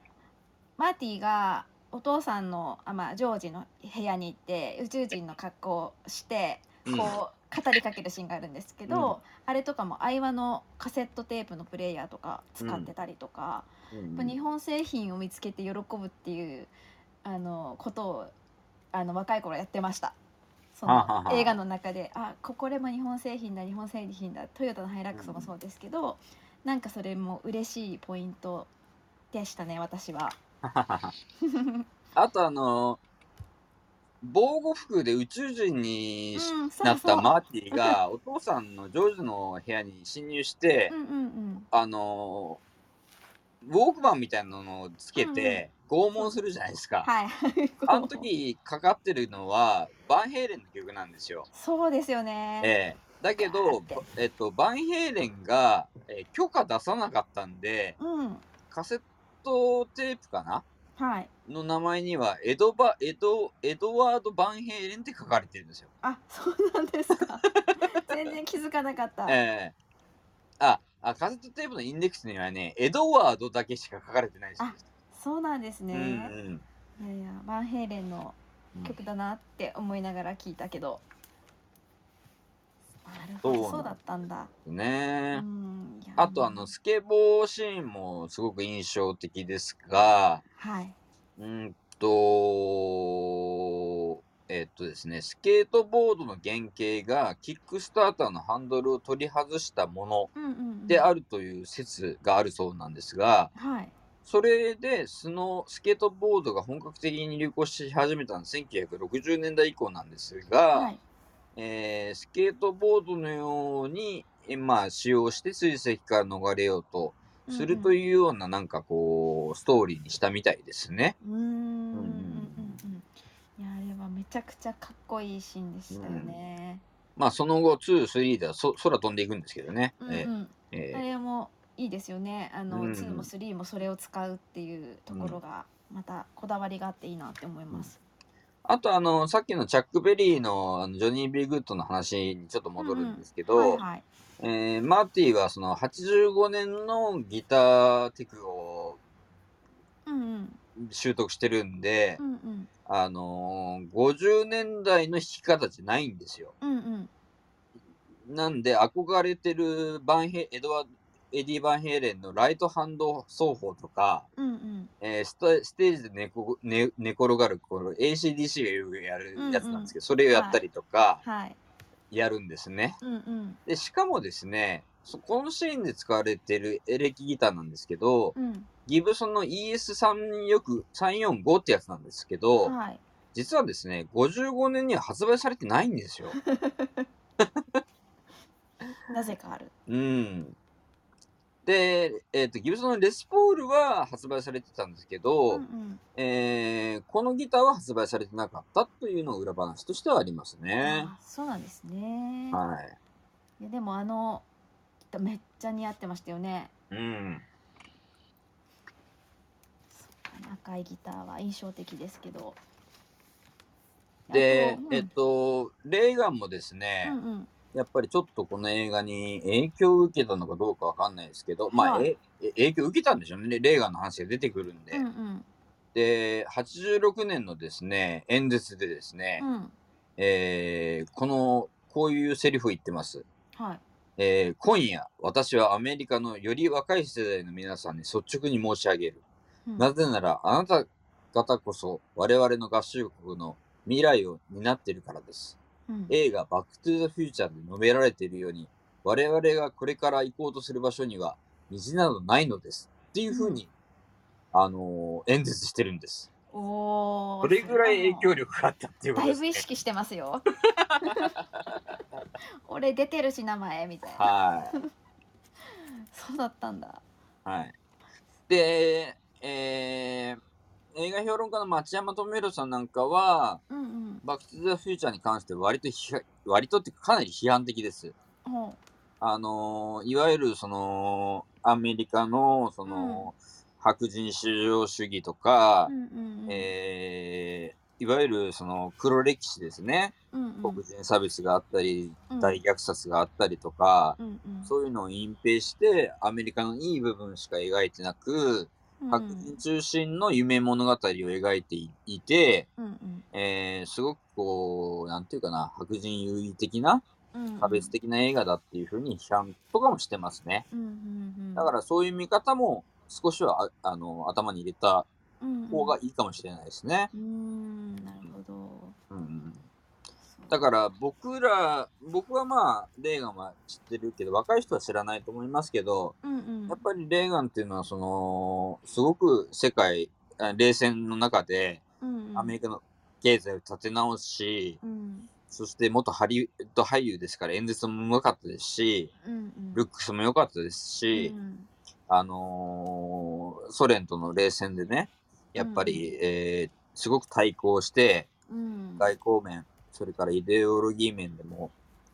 B: マーティがお父さんのあ、まあ、ジョージの部屋に行って宇宙人の格好をして
A: うん
B: こう語りかけるシーンがあるんですけど、あれとかも相話のカセットテープのプレイヤーとか使ってたりとか、
A: うん
B: やっぱ日本製品を見つけて喜ぶっていうあのことをあの若い頃やってました。そ
A: はあは
B: の
A: あ
B: 映画の中で「あここでも日本製品だ日本製品だ」トヨタのハイラックスもそうですけど、なんかそれも嬉しいポイントでしたね私は。
A: あとあの防護服で宇宙人に
B: うんそう
A: なっ
B: そ
A: た
B: う
A: マーティがお父さんのジョージの部屋に侵入して
B: うんうんうん
A: あのウォークマンみたいなのをつけて拷問するじゃないですか。
B: はい。
A: あの時かかってるのはバンヘイレンの曲なんですよ。
B: そうですよね。
A: ええだけ
B: ガー
A: ど
B: って、
A: えっと、バンヘイレンが、えー許可出さなかったんで
B: うん
A: カセットテープかな
B: はい。
A: の名前にはエドバエドエドワード・バンヘイレンって書かれてるんですよ。
B: あそうなんで すか。全然気づかなかった。
A: ええああカセットテープのインデックスにはねエドワードだけしか書かれてないそうです。
B: そうなんです
A: う
B: ね。
A: ん
B: いやいやバンヘイレンの
A: うん
B: 曲だなって思いながら聞いたけど。なるほ
A: そう
B: ど
A: なん
B: そうだったんだ。
A: うん、ね
B: うんいや
A: あとあのスケボーシーンもすごく印象的ですが
B: はい。
A: うんとえっとですねスケートボードの原型がキックスターターのハンドルを取り外したもの
B: うんうんうん。
A: であるという説があるそうなんですが、
B: はい。
A: それでスノースケートボードが本格的に流行し始めたのは1960年代以降なんですが、
B: はい。
A: えースケートボードのように、えまあ、使用して水石から逃れようとすると
B: う
A: いうようななんかこうストーリーにしたみたいですね。
B: んうん。うんう
A: う
B: ん
A: んうん
B: うんうん。いやあれはめちゃくちゃかっこいいシーンでしたよね。
A: まあその後2、3ではそ空飛んでいくんですけどね。
B: うんう
A: えー
B: ん。
A: えー
B: あれもいいですよね。あの、
A: うん
B: 2も3もそれを使うっていうところが、またこだわりがあっていいなって思います。
A: あとあのさっきのチャック・ベリーのあのジョニー・ビー・グッドの話にちょっと戻るんですけど、
B: はいはい。
A: えーマーティはその85年のギターテクを
B: うんうん。
A: 習得してるんで
B: う、んうん。
A: あのー50年代の弾き方じゃないんですよ。
B: うんうん。
A: なんで憧れてるバンヘエドワードエディ・バンヘイレンのライトハンド奏法とか、
B: うんうん。
A: えーステステージで寝こ寝寝転がるこの ACDC がよくやるやつなんですけど、それをやったりとか
B: はい。
A: やるんですね。
B: うんうん。
A: でしかもですねそこのシーンで使われてるエレキギターなんですけど、
B: うん。
A: ギブソンの ES3 よく345ってやつなんですけど、
B: はい。
A: 実はですね55年には発売されてないん ですよ。
B: なぜかある。
A: うん、で、えーとギブソンのレスポールは発売されてたんですけど、
B: うんうん。
A: えーこのギターは発売されてなかったというのが裏話としてはありますね。
B: あそうなんですね。
A: はい
B: いやでもあのめっちゃ似合ってましたよね。
A: うん、
B: 赤いギターは印象的ですけど。あ
A: で
B: と、
A: えっと、レーガンもですね、
B: うん、うんうん。
A: やっぱりちょっとこの映画に影響を受けたのかどうかわかんないですけど、まあ、
B: は
A: ええ影響を受けたんでしょうね。レーガンの話が出てくるんで。
B: うんうん。
A: で、86年のですね、演説でですね、
B: うん。
A: えーこの、こういうセリフを言ってます。
B: はい。
A: えー今夜、私はアメリカのより若い世代の皆さんに率直に申し上げる。
B: うん
A: なぜなら、あなた方こそ我々の合衆国の未来を担っているからです。
B: うん
A: 映画「バック・トゥ・ザ・フューチャー」で述べられているように我々がこれから行こうとする場所には道などないのですっていうふうに、あのー演説してるんです。
B: おお。
A: これぐらい影響
B: 力。
A: 力があったっていうこと
B: だい
A: です、
B: ぶ
A: ね
B: 意。識してますよ。 俺出てるし名前みたいな。
A: はい、
B: そうだったんだ。
A: はい、で、えー映画評論家の町山智弘さんなんかは
B: うんうん。
A: 「バック・トゥ・ザ・フューチャー」に関して割と批判割とっていうかかなり批判的です。
B: ほう。
A: あのーいわゆるそのアメリカのその、白人至上主義とか、
B: うんうんうん。
A: えーいわゆるその黒歴史ですね
B: うんうん。
A: 黒人差別があったり、
B: うん
A: 大虐殺があったりとか
B: う、んうん。
A: そういうのを隠蔽してアメリカのいい部分しか描いてなく、白人中心の夢物語を描いていいて、
B: うん
A: えーすごくこう、なんていうかな、白人優位的な、
B: うんうん
A: 差別的な映画だっていうふうに批判とかもしてますね。
B: うんうんうん
A: だからそういう見方も少しはああの頭に入れた方がいいかもしれないですね。
B: うんうんなるほど
A: うんうんだから僕ら、僕はまあ、レーガンは知ってるけど、若い人は知らないと思いますけど、
B: らうんうん
A: やっぱりレーガンっていうのは、その、すごく世界、あ冷戦の中で、
B: うんうん
A: アメリカの経済を立て直し、
B: うん
A: そして元ハリウッド俳優ですから演説もうまかったですし、
B: うんうん
A: ルックスも良かったですし、
B: うん
A: あのーソ連との冷戦でね、やっぱり、えーすごく対抗して、
B: うん
A: 外交面、それからイデオロギー面でも、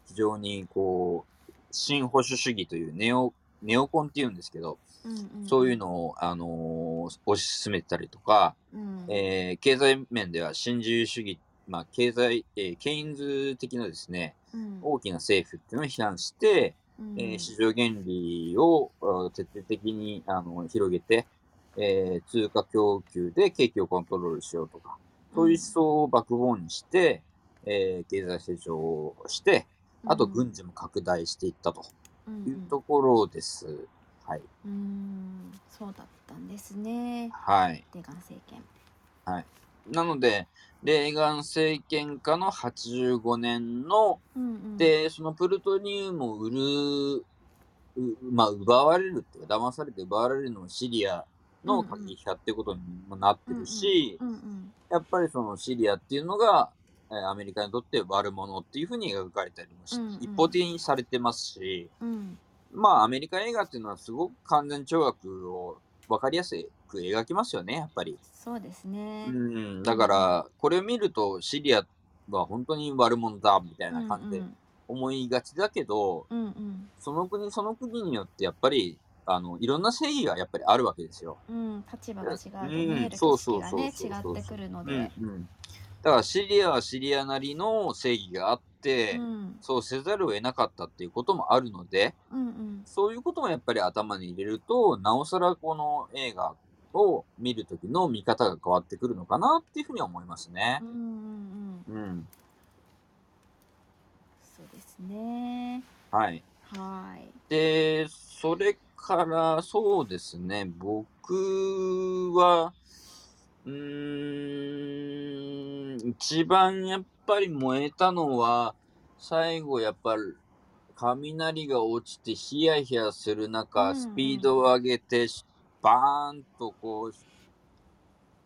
A: 非常にこう、新保守主義というネオ、ネオコンっていうんですけど、
B: うんん
A: そういうのを、あのー推し進めてたりとか、
B: うん
A: えー経済面では新自由主義、まあ、経済、えーケインズ的なですね、
B: うん
A: 大きな政府っていうのを批判して、
B: うん
A: えー市場原理をあー徹底的にあの広げて、えー通貨供給で景気をコントロールしようとか、そういう思想をバックボーンにして、えー経済成長をして、あと軍事も拡大していったと
B: うん
A: いうところです。はい。
B: うんうんそうだったんですね
A: はい。
B: レーガン政権
A: なので、レーガン政権下の85年の、
B: うんうん
A: で、そのプルトニウムを売る、うまあ、奪われるっていうか、騙されて奪われるのもシリアの過激派っていうことにもなってるし、
B: うんうん
A: やっぱりそのシリアっていうのが、えーアメリカにとって悪者っていうふうに描かれたりもし、
B: うんうん
A: 一方的にされてますし、
B: うん
A: まあ、アメリカ映画っていうのはすごく完全懲悪を分かりやすく描きますよね、やっぱり。
B: そうですね
A: うん、だから、これを見るとシリアは本当に悪者だみたいな感じで思いがちだけど、
B: うんうん
A: その国その国によってやっぱりあのいろんな正義がやっぱりあるわけですよ。
B: うん、立場が違うと
A: うん
B: 見える景
A: そうそ
B: 色
A: う
B: が
A: そう
B: ね
A: そう
B: 違ってくるので、
A: うんだからシリアはシリアなりの正義があって、
B: うん
A: そうせざるを得なかったっていうこともあるので
B: うんうん
A: そういうこともやっぱり頭に入れるとなおさらこの映画を見る時の見方が変わってくるのかなっていうふうには思いますね
B: うんう。んうん
A: うん、
B: そうですね
A: はい
B: はい
A: で、それから、そうですね、僕は、うーん、一番やっぱり燃えたのは、最後やっぱり、雷が落ちてヒヤヒヤする
B: うん
A: 中、
B: うん
A: スピードを上げて、バーンとこう、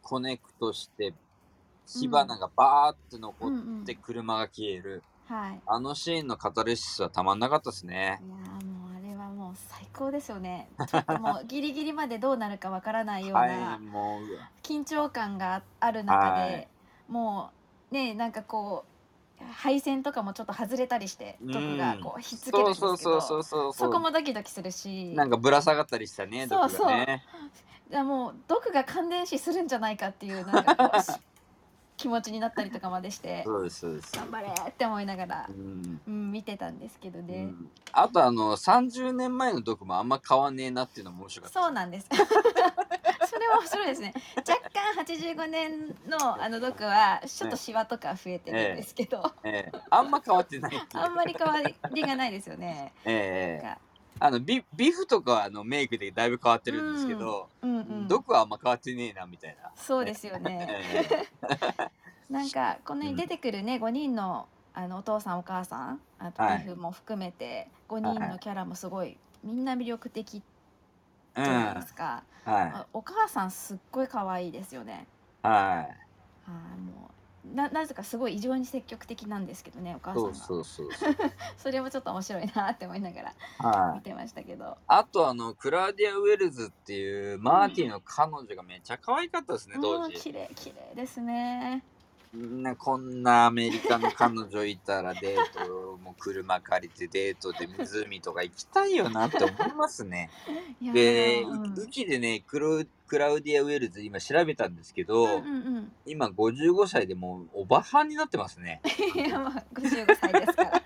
A: コネクトして、火花がバーって
B: うん
A: 残
B: うん
A: って車が消える。
B: はい
A: あのシーンのカタルシスはたまんなかったですね。
B: いやーもうあれはもう最高ですよねちょっともうギリギリまでどうなるかわからないよう
A: は、
B: ない
A: もう、うわ
B: 緊張感がある中で、
A: はい
B: もうねなんかこう配線とかもちょっと外れたりして
A: うん
B: 毒がこうひっつけるん
A: そ
B: で
A: う
B: すけど
A: そうそうそうそう
B: そこもドキドキするし
A: なんかぶら下がったりしたね
B: そう
A: 毒がね
B: いやもう毒が感電死するんじゃないかっていうなんかこうし気持ちになったりとかまでして
A: そうですそうです
B: 頑張れって思いながら
A: う、ん
B: うん、見てたんですけど
A: う
B: ね、
A: んあとあの30年前の毒もあんま変わんねえなっていうのも面白かった
B: そうなんです それは面白いですね若干85年のあの毒はちょっとシワとか増えてるんですけど、
A: ええあんま変わってないっていう
B: あんまり変わりがないですよね
A: ええ
B: なんか
A: あのビビフとかはあのメイクでだいぶ変わってるんですけど、
B: うんうん
A: 毒はあんま変わってねえなみたいな、
B: そうですよね
A: ええ
B: なんかこのに出てくるね5人のあのお父さんお母さんあと
A: はい
B: 夫婦も含めて5人のキャラもすごいみんな魅力的じ
A: う
B: ゃないで
A: ん
B: すか、
A: は
B: あお母さんすっごい可愛いですよね
A: いはい
B: はいもうななぜかすごい異常に積極的なんですけどねお母さん
A: そ
B: が
A: う
B: そ
A: そうそうそう
B: れもちょっと面白いなって思いながら
A: は
B: 見
A: い
B: てましたけど、
A: あとあのクラーディア・ウェルズっていうマーティの彼女がめっちゃ可愛かったですね、
B: も
A: 当
B: う
A: 時
B: 綺麗綺麗ですね
A: なこんなアメリカの彼女いたらデートもう車借りてデートで湖とか行きたいよなって思います ね。
B: いやー
A: でう
B: うん
A: うちでねクロクラウディア・ウェルズ今調べたんですけど、
B: うんうん
A: 今55歳でもうおばはんになってますね。
B: うん、いやまあ55歳ですから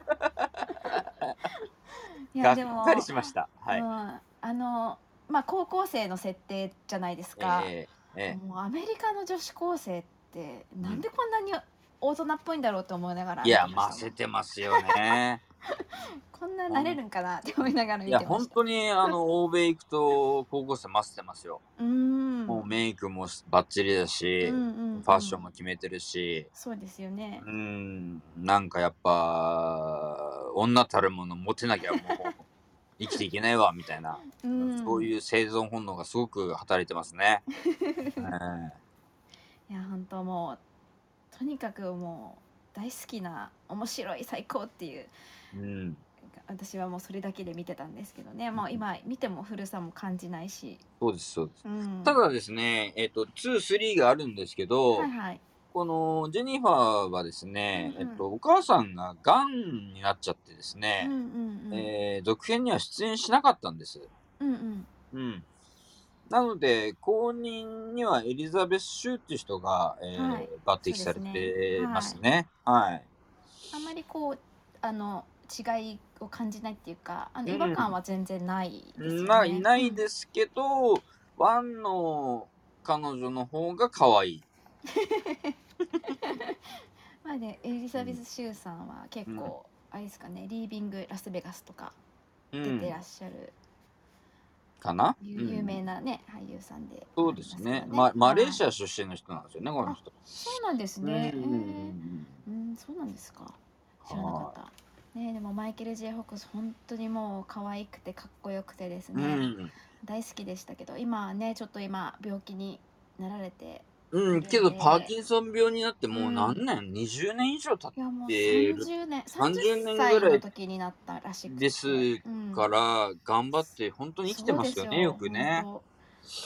B: い
A: が
B: や
A: っ
B: でも
A: かりしました。はい、
B: うん、あのまあ、高校生の設定じゃないですか、
A: えええ
B: もうアメリカの女子高生ってなんでこんなに大人っぽいんだろうと思いながら
A: えい
B: 見て
A: や、
B: ま
A: ま
B: した
A: せてますよね。
B: こんななれるんかなって思いながら
A: い
B: 見
A: や、
B: てま
A: 本
B: した
A: 当に、あ の、欧米行くと、高校生ませてますよ。
B: うーん
A: もうメイクもバッチリだし、ファッションも決めてるし、
B: そうですよね
A: うん、なんかやっぱ、女たるもの持てなきゃもう、生きていけないわ、みたいな。
B: うん
A: そういう生存本能がすごく働いてます ね。うん
B: いや本当もうとにかくもう大好きな面白い最高っていう
A: うん、
B: 私はもうそれだけで見てたんですけどねもう今見ても古さも感じないし、
A: そうです、そうです。
B: うん、
A: ただですね、えっ、と、2、3があるんですけど、
B: はいはい
A: このジェニファーはですね、
B: うんうん
A: えっと、お母さんががんになっちゃってです
B: うんう
A: ね、
B: んうん、
A: えー続編には出演しなかったんです。
B: うんうん
A: うん、なので後任にはエリザベス・シューっていう人が、えー
B: はい
A: 抜擢されてますね。はい
B: あまりこうあの違いを感じないっていうかあの
A: うん
B: 違和感は全然ないですよね、
A: まあいないですけど、ワンの彼女の方が可愛い。
B: まあね、エリザベス・シューさんは結構、あれですかね「リービング・ラスベガス」とか
A: う
B: 出
A: ん
B: て、らっしゃる、
A: かな、
B: 有
A: うん
B: 有名なね、俳優さんで
A: そうですねま。マレーシ
B: ア
A: ア出身の人なんですよね、この人。
B: そうなんですね、
A: うんうんうん
B: えーうんそうなんですか知らなかった、ね、でもマイケル・ J ・ホックス本当にもう可愛くてかっこよくてです
A: う
B: ね、
A: ん
B: 大好きでしたけど今はねちょっと今病気になられて
A: うん、けどパーキンソン病になってもう何年、20年以上経っ
B: いやもう
A: で
B: 30年
A: 30年
B: 30
A: ぐらい
B: 歳の時になったらしくて
A: です
B: うん
A: たから頑張って本当に生きてますよねよくね。
B: 本当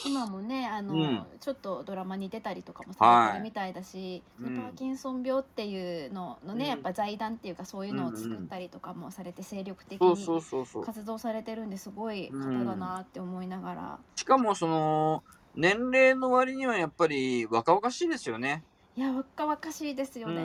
B: 今もねあの、
A: うん
B: ちょっとドラマに出たりとかも
A: はい
B: されてるみたいだし、で
A: うん
B: パーキンソン病っていうののね、
A: うん
B: やっぱ財団っていうかそういうのを作ったりとかもされて精力的
A: そうそう
B: に
A: そうそう
B: 活動されてるんですごい方だなって思いながら、
A: しかもその年齢の割にはやっぱり若々しいですよね
B: いや若々しいですよね、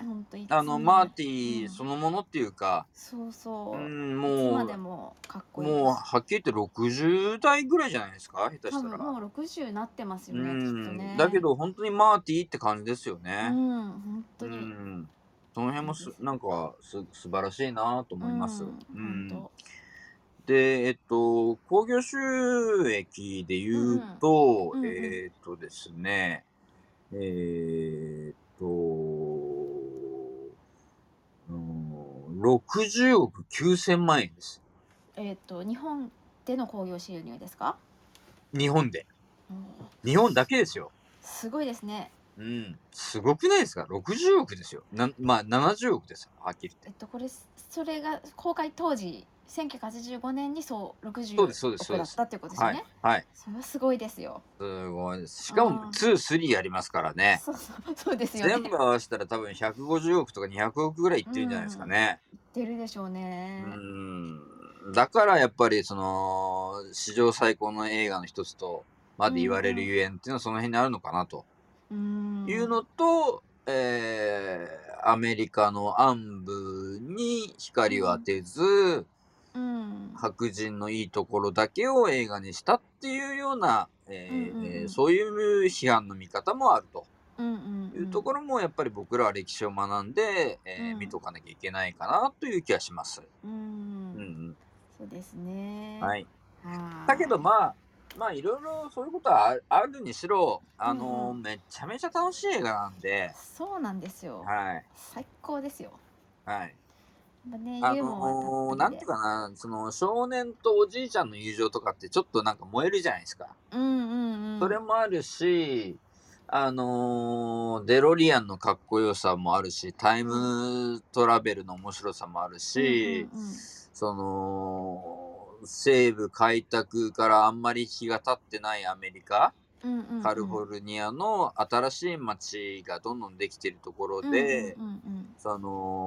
A: う
B: 本当いつも
A: あのマーティ
B: うん
A: ーそのものっていうか、
B: そうそうう、
A: ん、
B: いつ
A: も
B: ま
A: う
B: でもかっこいいです
A: もうはっきり言って60代ぐらいじゃないですか下手し
B: 多
A: た
B: 分
A: ら。
B: もう60なってますよ
A: う
B: ね、きっとね
A: ん、だけど本当にマーティーって感じですよ
B: うん
A: ね。
B: 本当に、
A: うんその辺もすなんかす素晴らしいなと思います。
B: う
A: うんん
B: 本
A: で、えっと、興行収益で言うと、
B: うんうんうんうん
A: えーっとですね、えーっと、うん、60億9000万円です。
B: 当えっ、と日本での興行収入ですか、
A: 日本で。
B: うん
A: 日本だけですよ。
B: すごいですね
A: うん。すごくないですか ?60 億ですよ。なんまあ、70億ですよ。はっきり
B: え
A: 言
B: っ
A: って。
B: とこれそれが公開当時1985年にそう60
A: そうですそうですそう
B: だ
A: で
B: っ
A: す
B: たっていうことですよ
A: は
B: ね
A: い。はい。
B: それはすごいですよ、
A: すごいです。しかも、
B: あー
A: 2、3やりますからね。
B: そうそうそうですよね
A: 全部合わせたら多分150億とか200億ぐらいいってるんじゃないですかね。
B: 出るでしょうね、
A: うんだからやっぱりその史上最高の映画の一つとまで言われるゆえんっていうのはその辺にあるのかなと
B: うん
A: いうのと、えーアメリカの暗部に光を当てず、
B: うん
A: 白人のいいところだけを映画にしたっていうような、えー
B: うんうんうん
A: えーそういう批判の見方もあると
B: うんうん
A: いうとこ
B: ろ
A: ろもやっぱり僕らは歴史を学んで、えー
B: うん
A: 見とかなきゃいけないかなという気がします。
B: うん、
A: うん
B: そうですね
A: うん、はい
B: はい
A: だけどまあまあいろいろそういうことはああるにしろあの、
B: うんうん
A: めっちゃめちゃ楽しい映画なんで
B: そうなんですよ
A: はい
B: 最高ですよ
A: はい
B: やっぱね
A: あ
B: ユー
A: の
B: モア
A: ー、
B: た
A: な
B: っぷ
A: ん
B: り
A: てい
B: で
A: うかなその少年とおじいちゃんの友情とかってちょっとなんか燃えるじゃないですか、
B: うんうんうん
A: それもあるしあのーデロリアンのかっこよさもあるしタイムトラベルの面白さもあるし、
B: うんうんうん
A: その西部開拓からあんまり日が経ってないアメリカ、
B: うんうんうん
A: カリフォルニアの新しい街がどんどんできてるところで、
B: うんうんうん
A: そ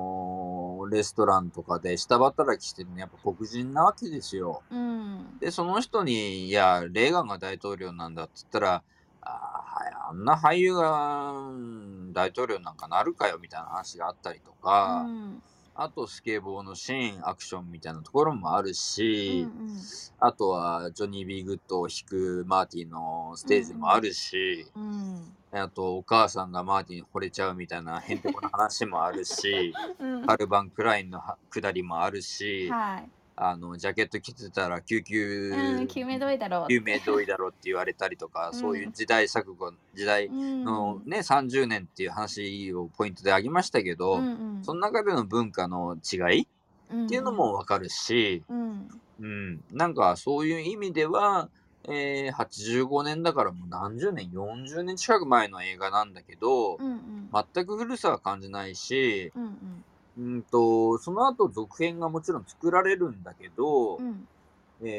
A: のレストランとかで下働きしてるのやっぱ黒人なわけですよ。
B: うんうん
A: でその人に「いやレーガンが大統領なんだ」って言ったら「あーはいあんな俳優がうん大統領なんかなるかよ」みたいな話があったりとか、
B: うん
A: あとスケボーのシーンアクションみたいなところもあるし、
B: うんうん
A: あとはジョニー・ビー・グッドを弾くマーティのステージもあるし、
B: うん
A: あとお母さんがマーティに惚れちゃうみたいなへんてこな話もある し
B: うん
A: カルバン・クラインのは下りもあるし、
B: はい
A: あのジャケット着てたら救急、
B: うん救命胴衣だろう
A: 救命胴衣だろって言われたりとか、
B: うん
A: そういう時代錯誤時代
B: うん
A: のね、30年っていう話をポイントで挙げましたけど、
B: うんうん
A: その中での文化の違いっていうのもわかるし、
B: うん
A: うん、なんかそういう意味では、えー85年だからもう何十年40年近く前の映画なんだけど、
B: うんうん
A: 全く古さは感じないし、
B: うんうん
A: うん、とその後続編がもちろん作られるんだけど、
B: うん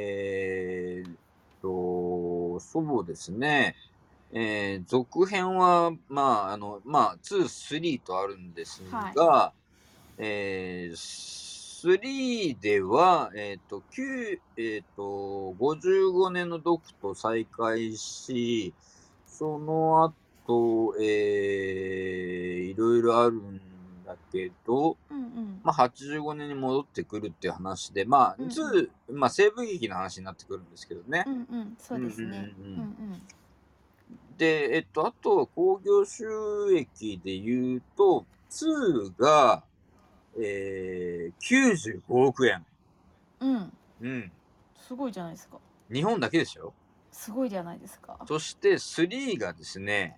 A: えーっと、そうですね。えー続編は、まあ、あの、まあ、2、3とあるんですが、えー3では、えーっと、9、えーっと、55年のドクと再会し、その後、えーいろいろあるんだけど、
B: うんうん
A: まあ、85年に戻ってくるっていう話で、まあ、
B: うんうん
A: 2、まあ、西部劇の話になってくるんですけどね。
B: うんうんそうですね
A: う
B: うん
A: う
B: んうんん
A: で、えっと、あとは興行収益で言うと、2が、えー、95億円。
B: うん
A: うん。
B: すごいじゃないですか
A: 日本だけですよ。
B: すごいじゃないですか
A: そして、3がですね、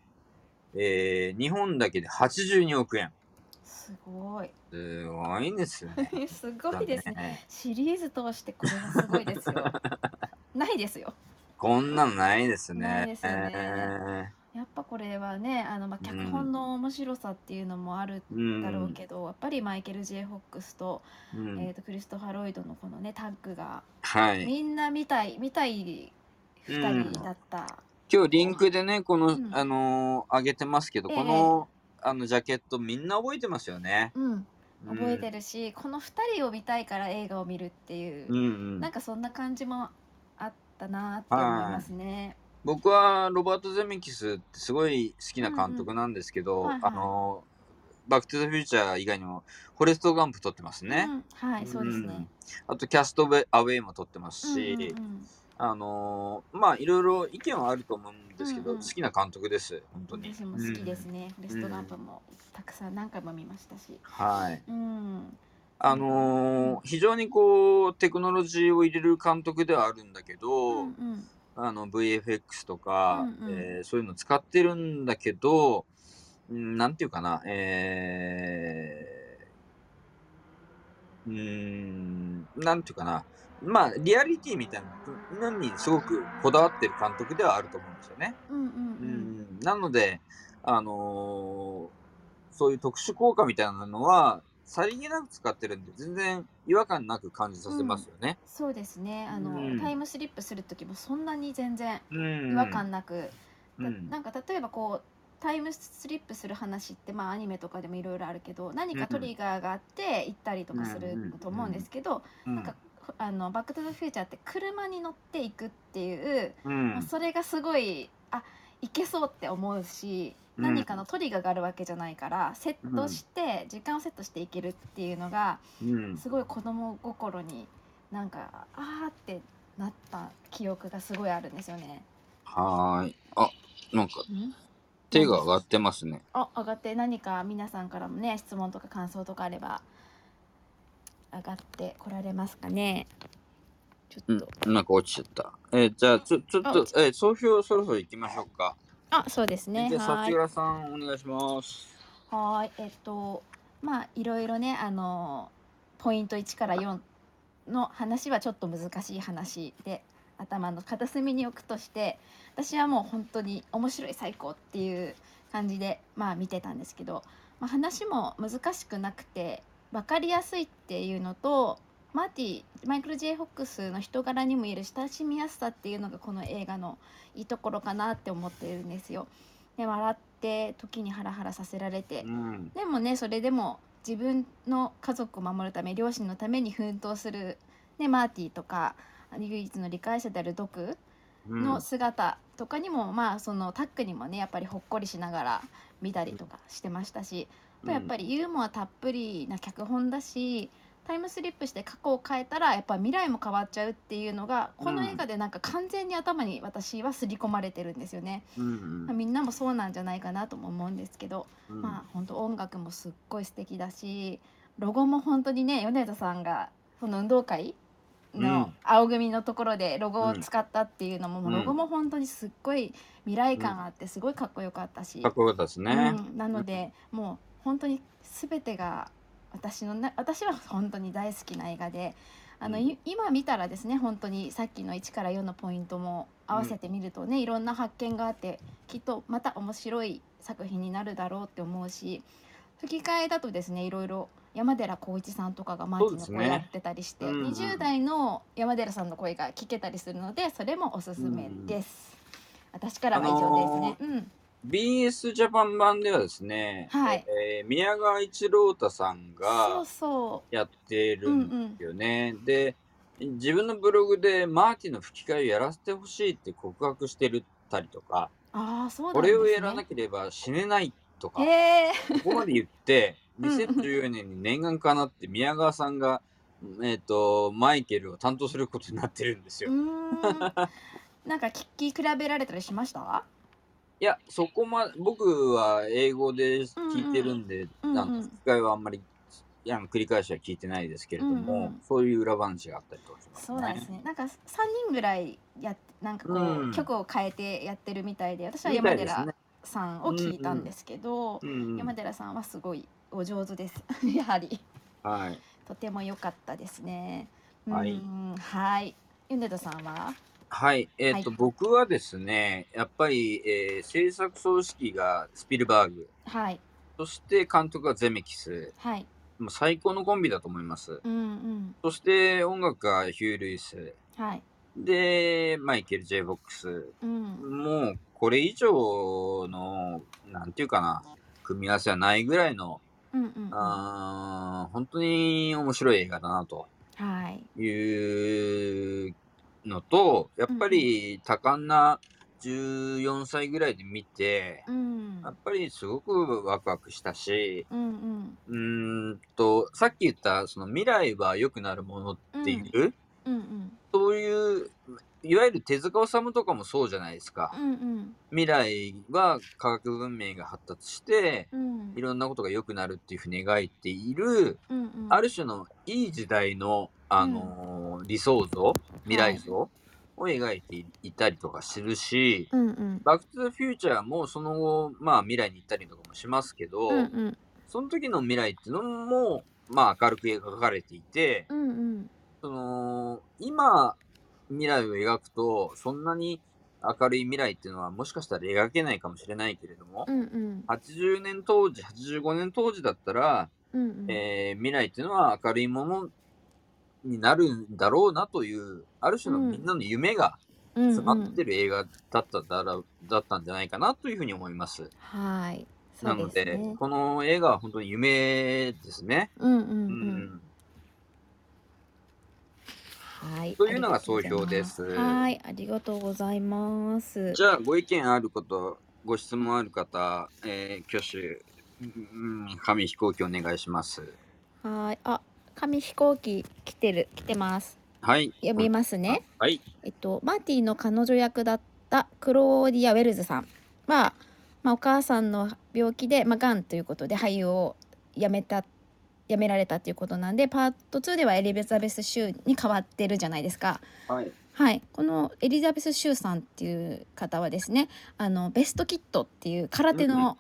A: えー、日本だけで82億円。
B: すごい
A: すごいですね。
B: すごいですね
A: ね。
B: シリーズ通してこれはすごいです よないですよ
A: こんなのないですね。
B: ないですよね
A: え
B: やっぱこれはねあの、まあ、
A: う
B: 脚
A: ん
B: 本の面白さっていうのもある
A: ーうん。
B: だろうけど、やっぱりマイケル・ J ・フォックスと,、
A: うん
B: えー、とクリストファー・ロイドのこのねタッグが
A: はい。
B: みんな見たい見たい2人だった、
A: 今日リンクでねこの、
B: うん
A: あのー上げてますけど、
B: ええ
A: このあのジャケットみんな覚えてますよね。
B: うん、覚えて
A: る。
B: るし、この2人を見たいから映画を見るっていう、
A: うんうん
B: なんかそんな感じもあったなって思いますね。
A: 僕はロバート・ゼメキスってすごい好きな監督なんですけど、
B: うんうんはいは
A: あ
B: い
A: のーバック・トゥ・ザ・フューチャー以外にもフォレスト・ガンプ撮ってますね。
B: うん、はいそうですね。
A: あとキャスト・アウェイも撮ってますし、
B: うんうん
A: あのーまあいろいろ意見はあると思うんですけど、
B: うんうん
A: 好きな監督です本
B: う
A: 当
B: ん、
A: に。
B: 私も好きです
A: うん
B: ね、フォレスト・ガンプもたくさん何回も見ましたし。
A: はい。
B: うん、
A: あのー非常にこうテクノロジーを入れる監督ではあるんだけ
B: うん
A: ど、
B: うん
A: あの VFX とか、
B: うんうん
A: えーそういうの使ってるんだけど、うん、なんていうかな、えー、うーん、なんていうかな、まあリアリティみたいなのにすごくこだわってる監督ではあると思うんですよね。
B: うんうん
A: う
B: うん
A: ん、なので、あのーそういう特殊効果みたいなのは、さりげなく使ってるんで、全然違和感なく感じさせますよね。
B: そうですねあの、
A: うん
B: タイムスリップする時もそんなに全然
A: うん。
B: 違和感なく、
A: うん、
B: だなんか例えばこうタイムスリップする話ってまあアニメとかでもいろいろあるけど何かトリガーがあって行ったりとかすると思うんですけど、
A: うん
B: なんかあの「バック・トゥ・ザ・フューチャー」って車に乗っていくっていう、
A: うん
B: まあ、それがすごいあいけそうって思うし
A: うん
B: 何かのトリガーがあるわけじゃないからセットして、時間をセットしていけるっていうのが
A: うん
B: すごい子供心になんかあーってなった記憶がすごいあるんですよね。
A: はーい。あ、なんか
B: ん
A: 手が上がってますね。
B: あ上がって何か皆さんからもね質問とか感想とかあれば上がってこられますかね。ち
A: う
B: ょっ
A: ん
B: と、
A: なんか落ちちゃった。えーじゃあ、ちょ、ちょっ
B: あ
A: と
B: 落ち、
A: えー総評そろそろ行きましょうか。
B: あそうですね。
A: じゃあ、
B: は
A: さ
B: ー
A: く
B: い
A: らさん、お願いします。
B: はーいえっとまあいろいろねあのポイント1から4の話はちょっと難しい話で頭の片隅に置くとして私はもう本当に面白い最高っていう感じでまあ見てたんですけど、まあ、話も難しくなくて分かりやすいっていうのとマーティマイクル・ J ・フォックスの人柄にも言える親しみやすさっていうのがこの映画のいいところかなって思ってるんですよ。で笑って時にハラハラさせられて
A: うん。
B: でもねそれでも自分の家族を守るため両親のために奮闘する、ね、マーティとか唯一の理解者であるドク
A: うん
B: の姿とかにも、まあそのタックにもねやっぱりほっこりしながら見たりとかしてましたし、とやっぱりユーモアたっぷりな脚本だし、タイムスリップして過去を変えたらやっぱ未来も変わっちゃうっていうのがこの映画でなんか完全に頭に私は刷り込まれてるんですよね。
A: うん
B: まあみんなもそうなんじゃないかなとも思うんですけど、
A: うん
B: まあ本当音楽もすっごい素敵だしロゴも本当にね米田さんがその運動会
A: う
B: の
A: ん
B: 青組のところでロゴを
A: うん
B: 使ったっていうのも,、もうロゴも本当にすっごい未来感あってすごいかっこよかったし、
A: かっこよかったですね。
B: うん、なので、もう本当に全てが私のな私は本当に大好きな映画であの、
A: うん
B: い今見たらですね本当にさっきの1から4のポイントも合わせてみるとね、いろんな発見があってきっとまた面白い作品になるだろうって思うし吹き替えだとですねいろいろ山寺宏一さんとかがマーキーの
A: そうです
B: 声
A: ね
B: やってたりして、
A: うんうん
B: 20代の山寺さんの声が聞けたりするのでそれもおすすめです。私からは以上ですね。うん
A: BS ジャパン版ではですね、
B: はい
A: えー宮川一郎太さん
B: そ
A: が
B: うそう
A: やってるんですよね。で自分のブログでマーティの吹き替えをやらせてほしいって告白してるたりとか、
B: ああそうなん
A: こ
B: ですね。
A: れをやらなければ死ねないとか、
B: へえ
A: ここまで言って、
B: うんうん
A: 2014年に念願かなって宮川さんが、えっ、と、マイケルを担当することになってるんです
B: うー
A: よ。
B: ん。 なんか聞き比べられたりしました？
A: いや、そこまで、僕は英語で聞いてるんで、
B: うんうん
A: あ
B: うんう
A: の、
B: ん
A: 吹き替えはあんまり、いや繰り返しは聞いてないですけれども、
B: うんうん
A: そういう裏話があったりとかします
B: そうなんですね。なんか三人ぐらいやっなんかこう、
A: うん
B: 曲を変えてやってるみたいで、私は
A: みた
B: 山
A: いです
B: 寺
A: ね。
B: さんを聞いたんですけど、
A: うんうん
B: 山寺さんはすごいお上手です。 やはり
A: はい。
B: とても良かったですね。
A: はいう
B: ーんはい。米田さんは？
A: はい、えっ、と、
B: はい
A: 僕はですね、やっぱり、えー制作総指揮がスピルバーグ、
B: はい
A: そして監督がゼメキス、
B: はい。
A: もう最高のコンビだと思います。
B: うんうん
A: そして音楽がヒュー・ルイス。
B: はい。
A: で、マイケル・ J ・ボックス。
B: うん
A: もう、これ以上の、なんていうかな、組み合わせはないぐらいの、
B: うんうんうん。は
A: あー本当に面白い映画だなと
B: い。
A: いうのと、やっぱり多感な14歳ぐらいで見て
B: う、ん。
A: やっぱりすごくワクワクしたし、
B: うんうん
A: うーんと、さっき言った、その未来は良くなるものっていう、
B: うんうん
A: そういう、いわゆる手塚治虫とかもそうじゃないですか
B: う。んうん
A: 未来は科学文明が発達して、
B: うん
A: いろんなことが良くなるっていうふうに描いている、
B: うんうん
A: ある種のいい時代の、あのー理想像、未来像を描いていたりとかするし、
B: うんうん
A: バックトゥザフューチャーもその後、まあ未来に行ったりとかもしますけど、
B: うんうん
A: その時の未来っていうのも、まあ、明るく描かれていて、
B: うんうん
A: その、今、未来を描くと、そんなに明るい未来っていうのは、もしかしたら描けないかもしれないけれども
B: う、んうん
A: 80年当時、85年当時だったら、
B: うんうん
A: えー未来っていうのは明るいものになるんだろうなという、ある種の
B: うん
A: みんなの夢が
B: うん
A: 詰まってる映画だっただら、だったんじゃないかなというふうに思います。
B: はいそ
A: な
B: う
A: の
B: です
A: で
B: ね、
A: この映画は本当に夢ですね。
B: うんうんう
A: うんん
B: はい
A: というのが総評です
B: ありがとうございますはいありがとうございます
A: じゃあご意見あることご質問ある方、えー、挙手うん紙飛行機お願いします
B: はいあ紙飛行機来てる来てます
A: はい
B: 読みますね
A: はい
B: えっと、マーティの彼女役だったクローディア・ウェルズさんは、まあ、お母さんの病気で、まあ、がんということで俳優を辞めた辞められたっていうことなんでパート2ではエリザベス・シューに変わってるじゃないですか。
A: はい
B: はい、このエリザベス・シューさんっていう方はですねあのベストキットっていう空手
A: うんう
B: の、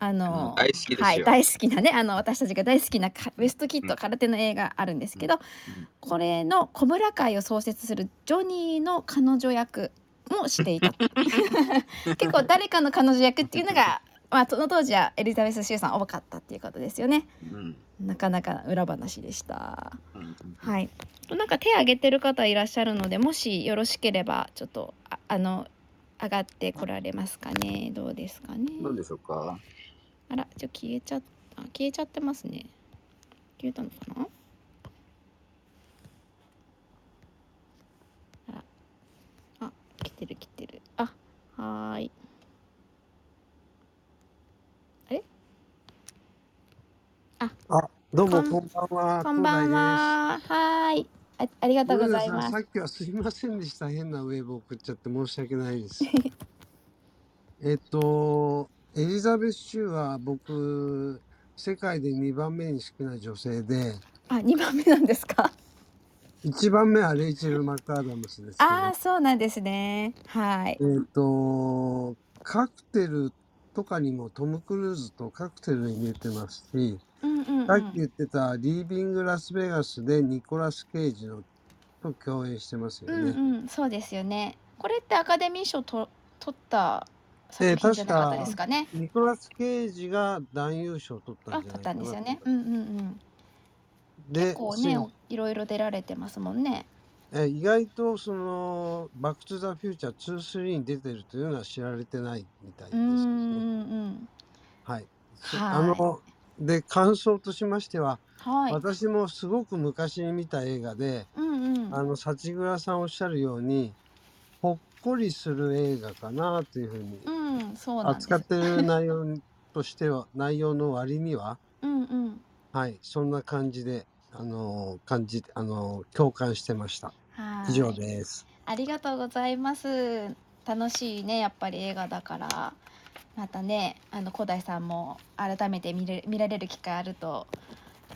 B: あの
A: 大好きですよ
B: はい、大好きなねあの私たちが大好きなかベストキッ
A: う
B: ト
A: ん
B: 空手の映画あるんですけど、
A: うん
B: これの小村会を創設するジョニーの彼女役もし ていた結構誰かの彼女役っていうのが、 まあ、その当時はエリザベス・シューさん多かったっていうことですよね
A: うん
B: なかなか裏話でした。
A: うん
B: はい。なんか手挙げてる方いらっしゃるので、もしよろしければちょっとああの上がってこられますかね。どうですかね。
A: どうでしょうか
B: あら、ちょ消えちゃった消えちゃってますね。消えたのかな？あら、あ来てる来てる。あ、はーい。あれ？
C: どうも
B: こ
C: こ
B: ん
C: んばんは。
B: こんばんは。はーい。あ、ありがと
C: 東
B: うご
C: 大です。
B: ざいます。
C: 上田さんさっきはすいませんでした。変なウェーブ送っちゃって申し訳な いです。えっと、エリザベス・シューは僕、世界で2番目に好きな女性で、
B: あ、二番目なんですか。
C: 1番目はレイチェル・マッカーダムスですけど。
B: ああ、そうなんですね。はい。
C: えっ、と、カクテルとかにもトム・クルーズとカクテルに出てますし、
B: うんうん、うん。
C: さっき言ってたリービング・ラスベガスでニコラス・ケイジのと共演してますよ
B: うん
C: ね。
B: うん、そうですよね。これってアカデミー賞と取った作品じゃなかったですかね。
C: ニコラス・ケイジが男優賞を取った
B: あ、
C: んじゃ
B: 取
C: な
B: っ
C: い
B: た
C: か
B: んで
C: な。
B: すよね。うんうんうん。
C: で、
B: こう
C: シ
B: ね
C: ン、
B: いろいろ出られてますもんね。
C: え意外とその「バック・トゥ・ザ・フューチャー2」3に出てるというのは知られてないみた
B: う
C: いです
B: んう
C: ね。
B: んうん。
C: はい。そ
B: はい
C: あので感想としましては、
B: はい。
C: 私もすごく昔に見た映画で、
B: うんうん。
C: あの幸倉さんおっしゃるようにほっこりする映画かなというふうに
B: うん、そうなんです
C: 扱っ。てる内容としては内容の割には
B: うんうん。
C: はいそんな感じであの感じあの共感してました
B: はい。
C: 以上です
B: ありがとうございます。楽しいね、やっぱり映画だから。またね、あの古代さんも改めて見れ、見られる機会あると。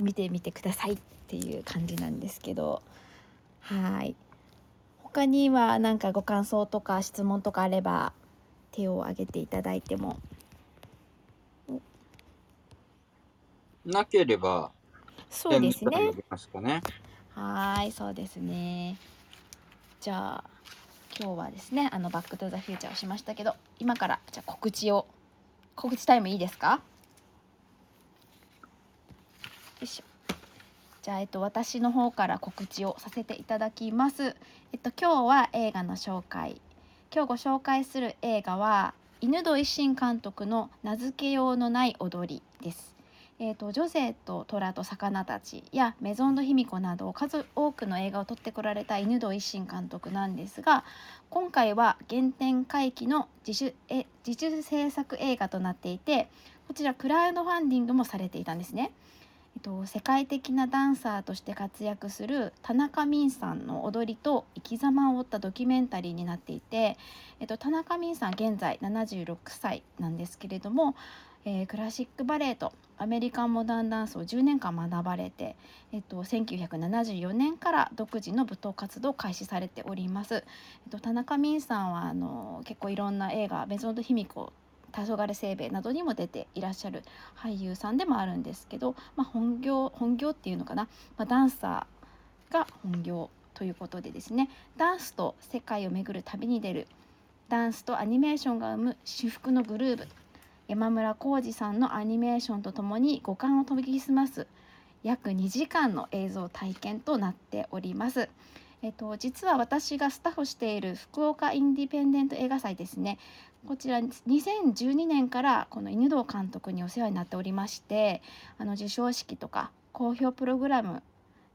B: 見てみてくださいっていう感じなんですけど。はい。他には、なんかご感想とか質問とかあれば。手を挙げていただいても。
A: なければ、
B: そうです
A: じゃあ
B: ね
A: 見。てますかね。
B: はい、そうですね。じゃあ今日はですね、あのバックトゥザフューチャーをしましたけど、今からじゃあ告知を告知タイムいいですか？よいしょ。じゃあえっと私の方から告知をさせていただきます。えっと今日は映画の紹介。今日ご紹介する映画は犬戸一心監督の名付けようのない踊りです。えー、とジョゼと虎と魚たちやメゾンド卑弥呼など数多くの映画を撮ってこられた犬堂一心監督なんですが今回は原点回帰の自主え自主制作映画となっていてこちらクラウドファンディングもされていたんですね。えっと、世界的なダンサーとして活躍する田中泯さんの踊りと生き様を追ったドキュメンタリーになっていて、えっと、田中泯さん現在76歳なんですけれども、えークラシックバレエとアメリカンモダンダンスを10年間学ばれて、えっと、1974年から独自の舞踏活動を開始されております。えっと、田中泯さんはあの結構いろんな映画「メゾンド卑弥呼」黄昏清兵衛などにも出ていらっしゃる俳優さんでもあるんですけど、まあ、本業本業っていうのかな、まあ、ダンサーが本業ということでですねダンスと世界を巡る旅に出るダンスとアニメーションが生む至福のグルーヴ山村浩二さんのアニメーションとともに五感を研ぎ澄ます約2時間の映像体験となっております。えっと、実は私がスタッフしている福岡インディペンデント映画祭ですねこちら2012年からこの犬堂監督にお世話になっておりましてあの授賞式とか好評プログラム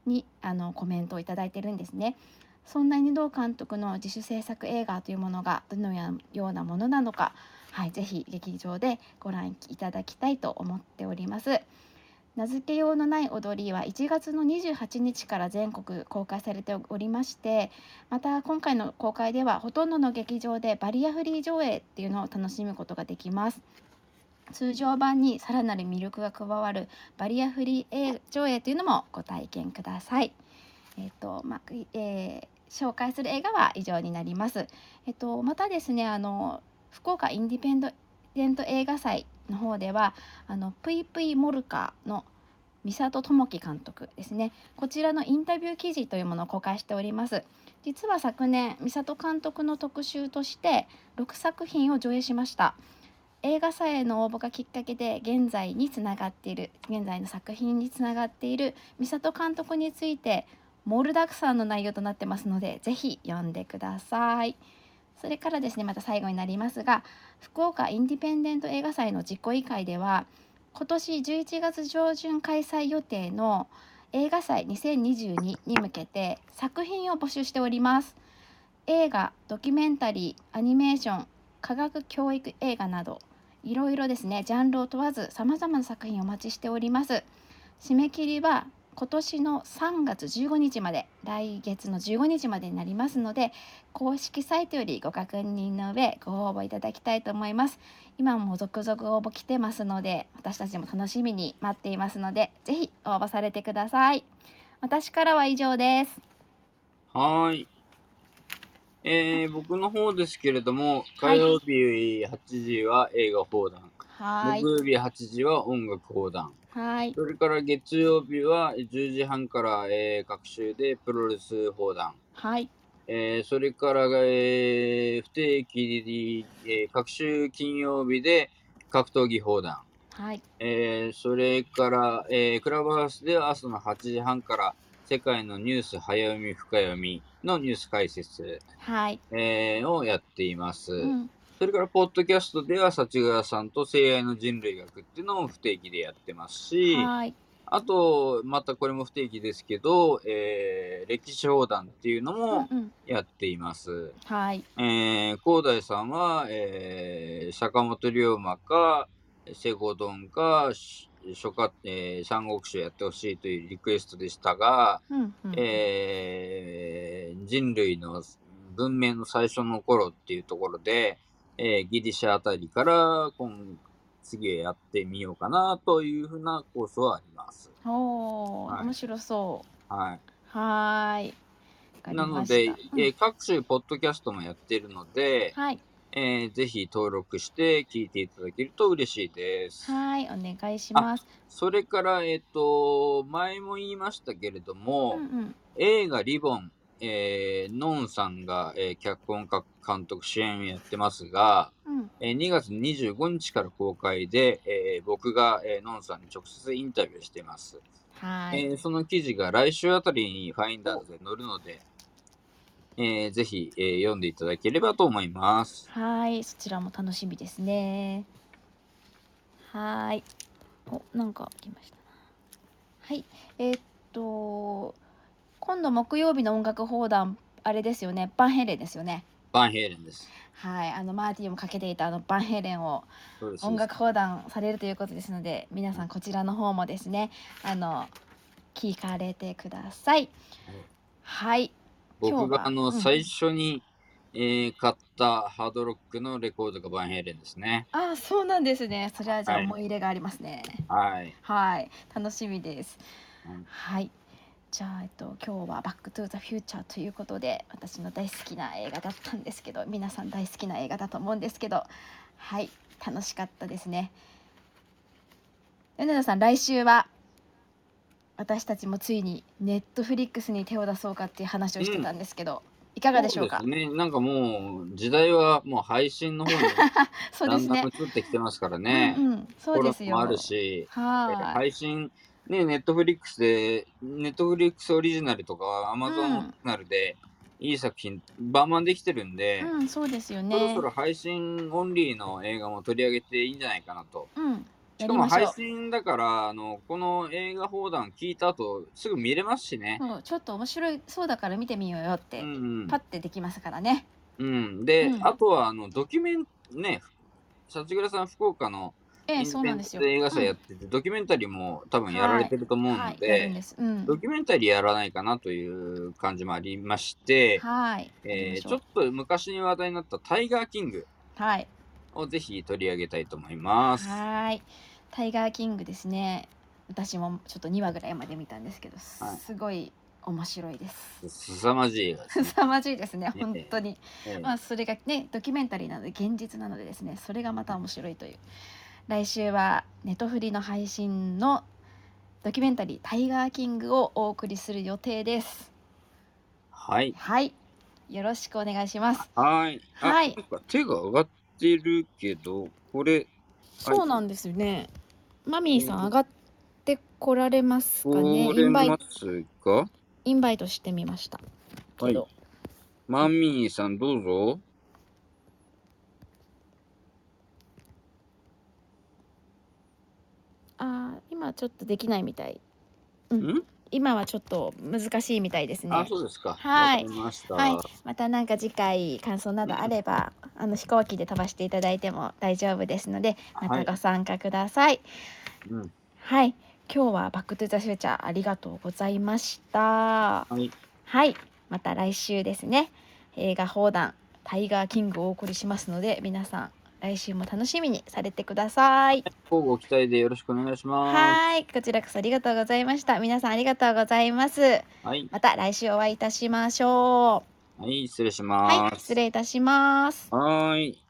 B: にあのコメントをいただいてるんですね。そんな犬堂監督の自主制作映画というものがどのようなものなのか、はい、ぜひ劇場でご覧いただきたいと思っております。名付けようのない踊りは1月の28日から全国公開されておりましてまた今回の公開ではほとんどの劇場でバリアフリー上映っていうのを楽しむことができます通常版にさらなる魅力が加わるバリアフリー上映というのもご体験くださいえっ、とまあ、いえー紹介する映画は以上になりますえっ、とまたですねあの福岡インディペンデント映画祭の方ではあのプイプイモルカの三里智樹監督ですねこちらのインタビュー記事というものを公開しております実は昨年三里監督の特集として6作品を上映しました映画祭への応募がきっかけで現在につながっている現在の作品につながっている三里監督について盛りだくさんの内容となってますのでぜひ読んでくださいそれからですねまた最後になりますが福岡インディペンデント映画祭の実行委員会では今年11月上旬開催予定の映画祭2022に向けて作品を募集しております映画ドキュメンタリーアニメーション科学教育映画などいろいろですねジャンルを問わず様々な作品をお待ちしております締め切りは今年の3月15日まで来月の15日までになりますので公式サイトよりご確認の上ご応募いただきたいと思います今も続々応募来てますので私たちも楽しみに待っていますのでぜひ応募されてください私からは以上です
A: はーい。えー、僕の方ですけれども、
B: は
A: 火
B: い
A: 曜日8時は映画放談、
B: はーい
A: 木曜日8時は音楽放談、
B: はーい
A: それから月曜日は10時半から、えー、各週でプロレス放談、
B: はい
A: えー、それから、えー、不定期で、えー、各週金曜日で格闘技放談、
B: はい
A: えー、それから、えー、クラブハウスでは朝の8時半から世界のニュース早読み深読みのニュース解説、
B: はい、
A: えーをやっています、
B: うん、
A: それからポッドキャストでは幸川さんと性愛の人類学っていうのも不定期でやってますし
B: はい
A: あとまたこれも不定期ですけど、えー歴史評談っていうのも
B: うんうん
A: やっています、
B: はい
A: えー、高大さんは、えー坂本龍馬か西郷どんかし諸葛、えー三国志をやってほしいというリクエストでしたが、
B: うんうん
A: えー人類の文明の最初の頃っていうところで、えーギリシャあたりから今次やってみようかなというふうなコースはあります。
B: おお、
A: はい
B: 面白そう
A: は
B: はーいわか
A: い、
B: り
A: なの
B: ま
A: で、
B: したうん
A: えー各種ポッドキャストもやってるので、
B: はい
A: えーぜひ登録して聞いていただけると嬉しいです。
B: はいお願いします
A: それから、えっ、と、前も言いましたけれども、
B: うんうん
A: 映画「リボン」えー、ノンさんが、えー脚本家監督主演をやってますが、
B: うん
A: えー2月25日から公開で、えー僕が、えーノンさんに直接インタビューしてます、
B: はい、
A: えーその記事が来週あたりにファインダーズで載るので、えーぜひ、えー読んでいただければと思います
B: はい、そちらも楽しみですね。はーい。お、なんか来ましたな。はい、えーっと今度木曜日の音楽放談あれですよね。バンヘイレンですよね。
A: バンヘイレンです
B: はい、あのマーティもかけていたあのバンヘイレンを
A: そうです
B: 音楽放談されるということですので、皆さんこちらの方もですね、あの聞かれてください。はい、
A: 僕があの、
B: 今日はうん
A: 最初に、えー買ったハードロックのレコードがバンヘイレンですね
B: あー、そうなんですね。それはじゃあ
A: はい
B: 思い入れがありますね。
A: はい、
B: はい、楽しみです。
A: うん
B: はい。じゃあ、えっと、今日はバックトゥザフューチャーということで、私の大好きな映画だったんですけど、皆さん大好きな映画だと思うんですけど。はい、楽しかったですね。米田さん、来週は。私たちもついにネットフリックスに手を出そうかっていう話をしてたんですけど、いかがでしょうか。
A: そうですね。なんかもう時代はもう配信の方に
B: そう
A: だ
B: で
A: ん
B: す
A: だん
B: ね。
A: 移ってきてますからね。
B: うん、うん、そ
A: コ
B: うで
A: ロ
B: す
A: ナも
B: よ。
A: あるし、
B: は
A: 配信ねネットフリックスでネットフリックスオリジナルとかアマゾンオリジナルでいい作品バーマンできてるん
B: い。
A: で、
B: うん、そうですよね。
A: そろそろ配信オンリーの映画も取り上げていいんじゃないかなと。
B: うん。
A: し
B: や
A: か
B: り
A: も
B: ましょ
A: 配
B: う。
A: 信だからあのこの映画放談聞いた後すぐ見れますし ね。
B: そうちょっと面白いそうだから見てみようよっ
A: う
B: て、
A: ん
B: パッてできますからね。
A: うん、で、
B: うん
A: あとはあのドキュメンね幸倉さん福岡のイ
B: ええ、
A: ン
B: そう
A: ベ
B: な
A: ン
B: んです
A: ト
B: よ。
A: で映画祭やってて、ドキュメンタリーも多分やられてると思
B: う
A: うんの
B: はい、
A: で、
B: やるんです。うん。
A: ドキュメンタリーやらないかなという感じもありまして、
B: はい。やり
A: え
B: ま
A: ー
B: し
A: ちょ
B: ょ
A: っと昔に話題になった「タイガーキング
B: うはい。」
A: をぜひ取り上げたいと思います。
B: はい。タイガーキングですね。私もちょっと2話ぐらいまで見たんですけど、
A: はい
B: すごい面白いです。
A: すさまじい映画ですね。
B: 凄まじいですね、
A: ええ
B: 本当に。
A: えー
B: まあそれがねドキュメンタリーなので現実なのでですねそれがまた面白いという来週はネトフリの配信のドキュメンタリー「タイガーキング」をお送りする予定です
A: はい。
B: はいよろしくお願いします
A: はい。あ
B: はい
A: なんか手が上がってるけど、これ、
D: そうなんですよね。マミーさ
A: うん
D: ん上がってこられますかね。
A: こ
D: イ
A: れ
D: ンバイ
A: ますか
D: インバイトしてみました。
A: は
D: け
A: い
D: ど。。
A: マミーさん、どうぞ。
D: ああ今ちょっとできないみたい。うん今はちょっと難しいみたいです
A: あ、
D: ね。
A: そうですか。
D: はい
A: わかりました。
D: はいまたなんか次回感想などあれば、あの飛行機で飛ばしていただいても大丈夫ですので、ま
A: は
D: た
A: い
D: ご参加ください。
A: うん
D: はい、
B: 今日はバックトゥザフューチャーありがとうございました。
A: はい。
B: はい、また来週ですね。映画放談タイガーキングをお送りしますので、皆さん来週も楽しみにされてください。
A: 乞うご期待でよろしくお願いしま
B: はい、こちらこそありがとうございました。皆さんありがとうございます。
A: す。はい。
B: また来週お会いいたしましょ
A: はい、失礼し
B: う。
A: ます。
B: はい、失礼いたします。
A: はーい。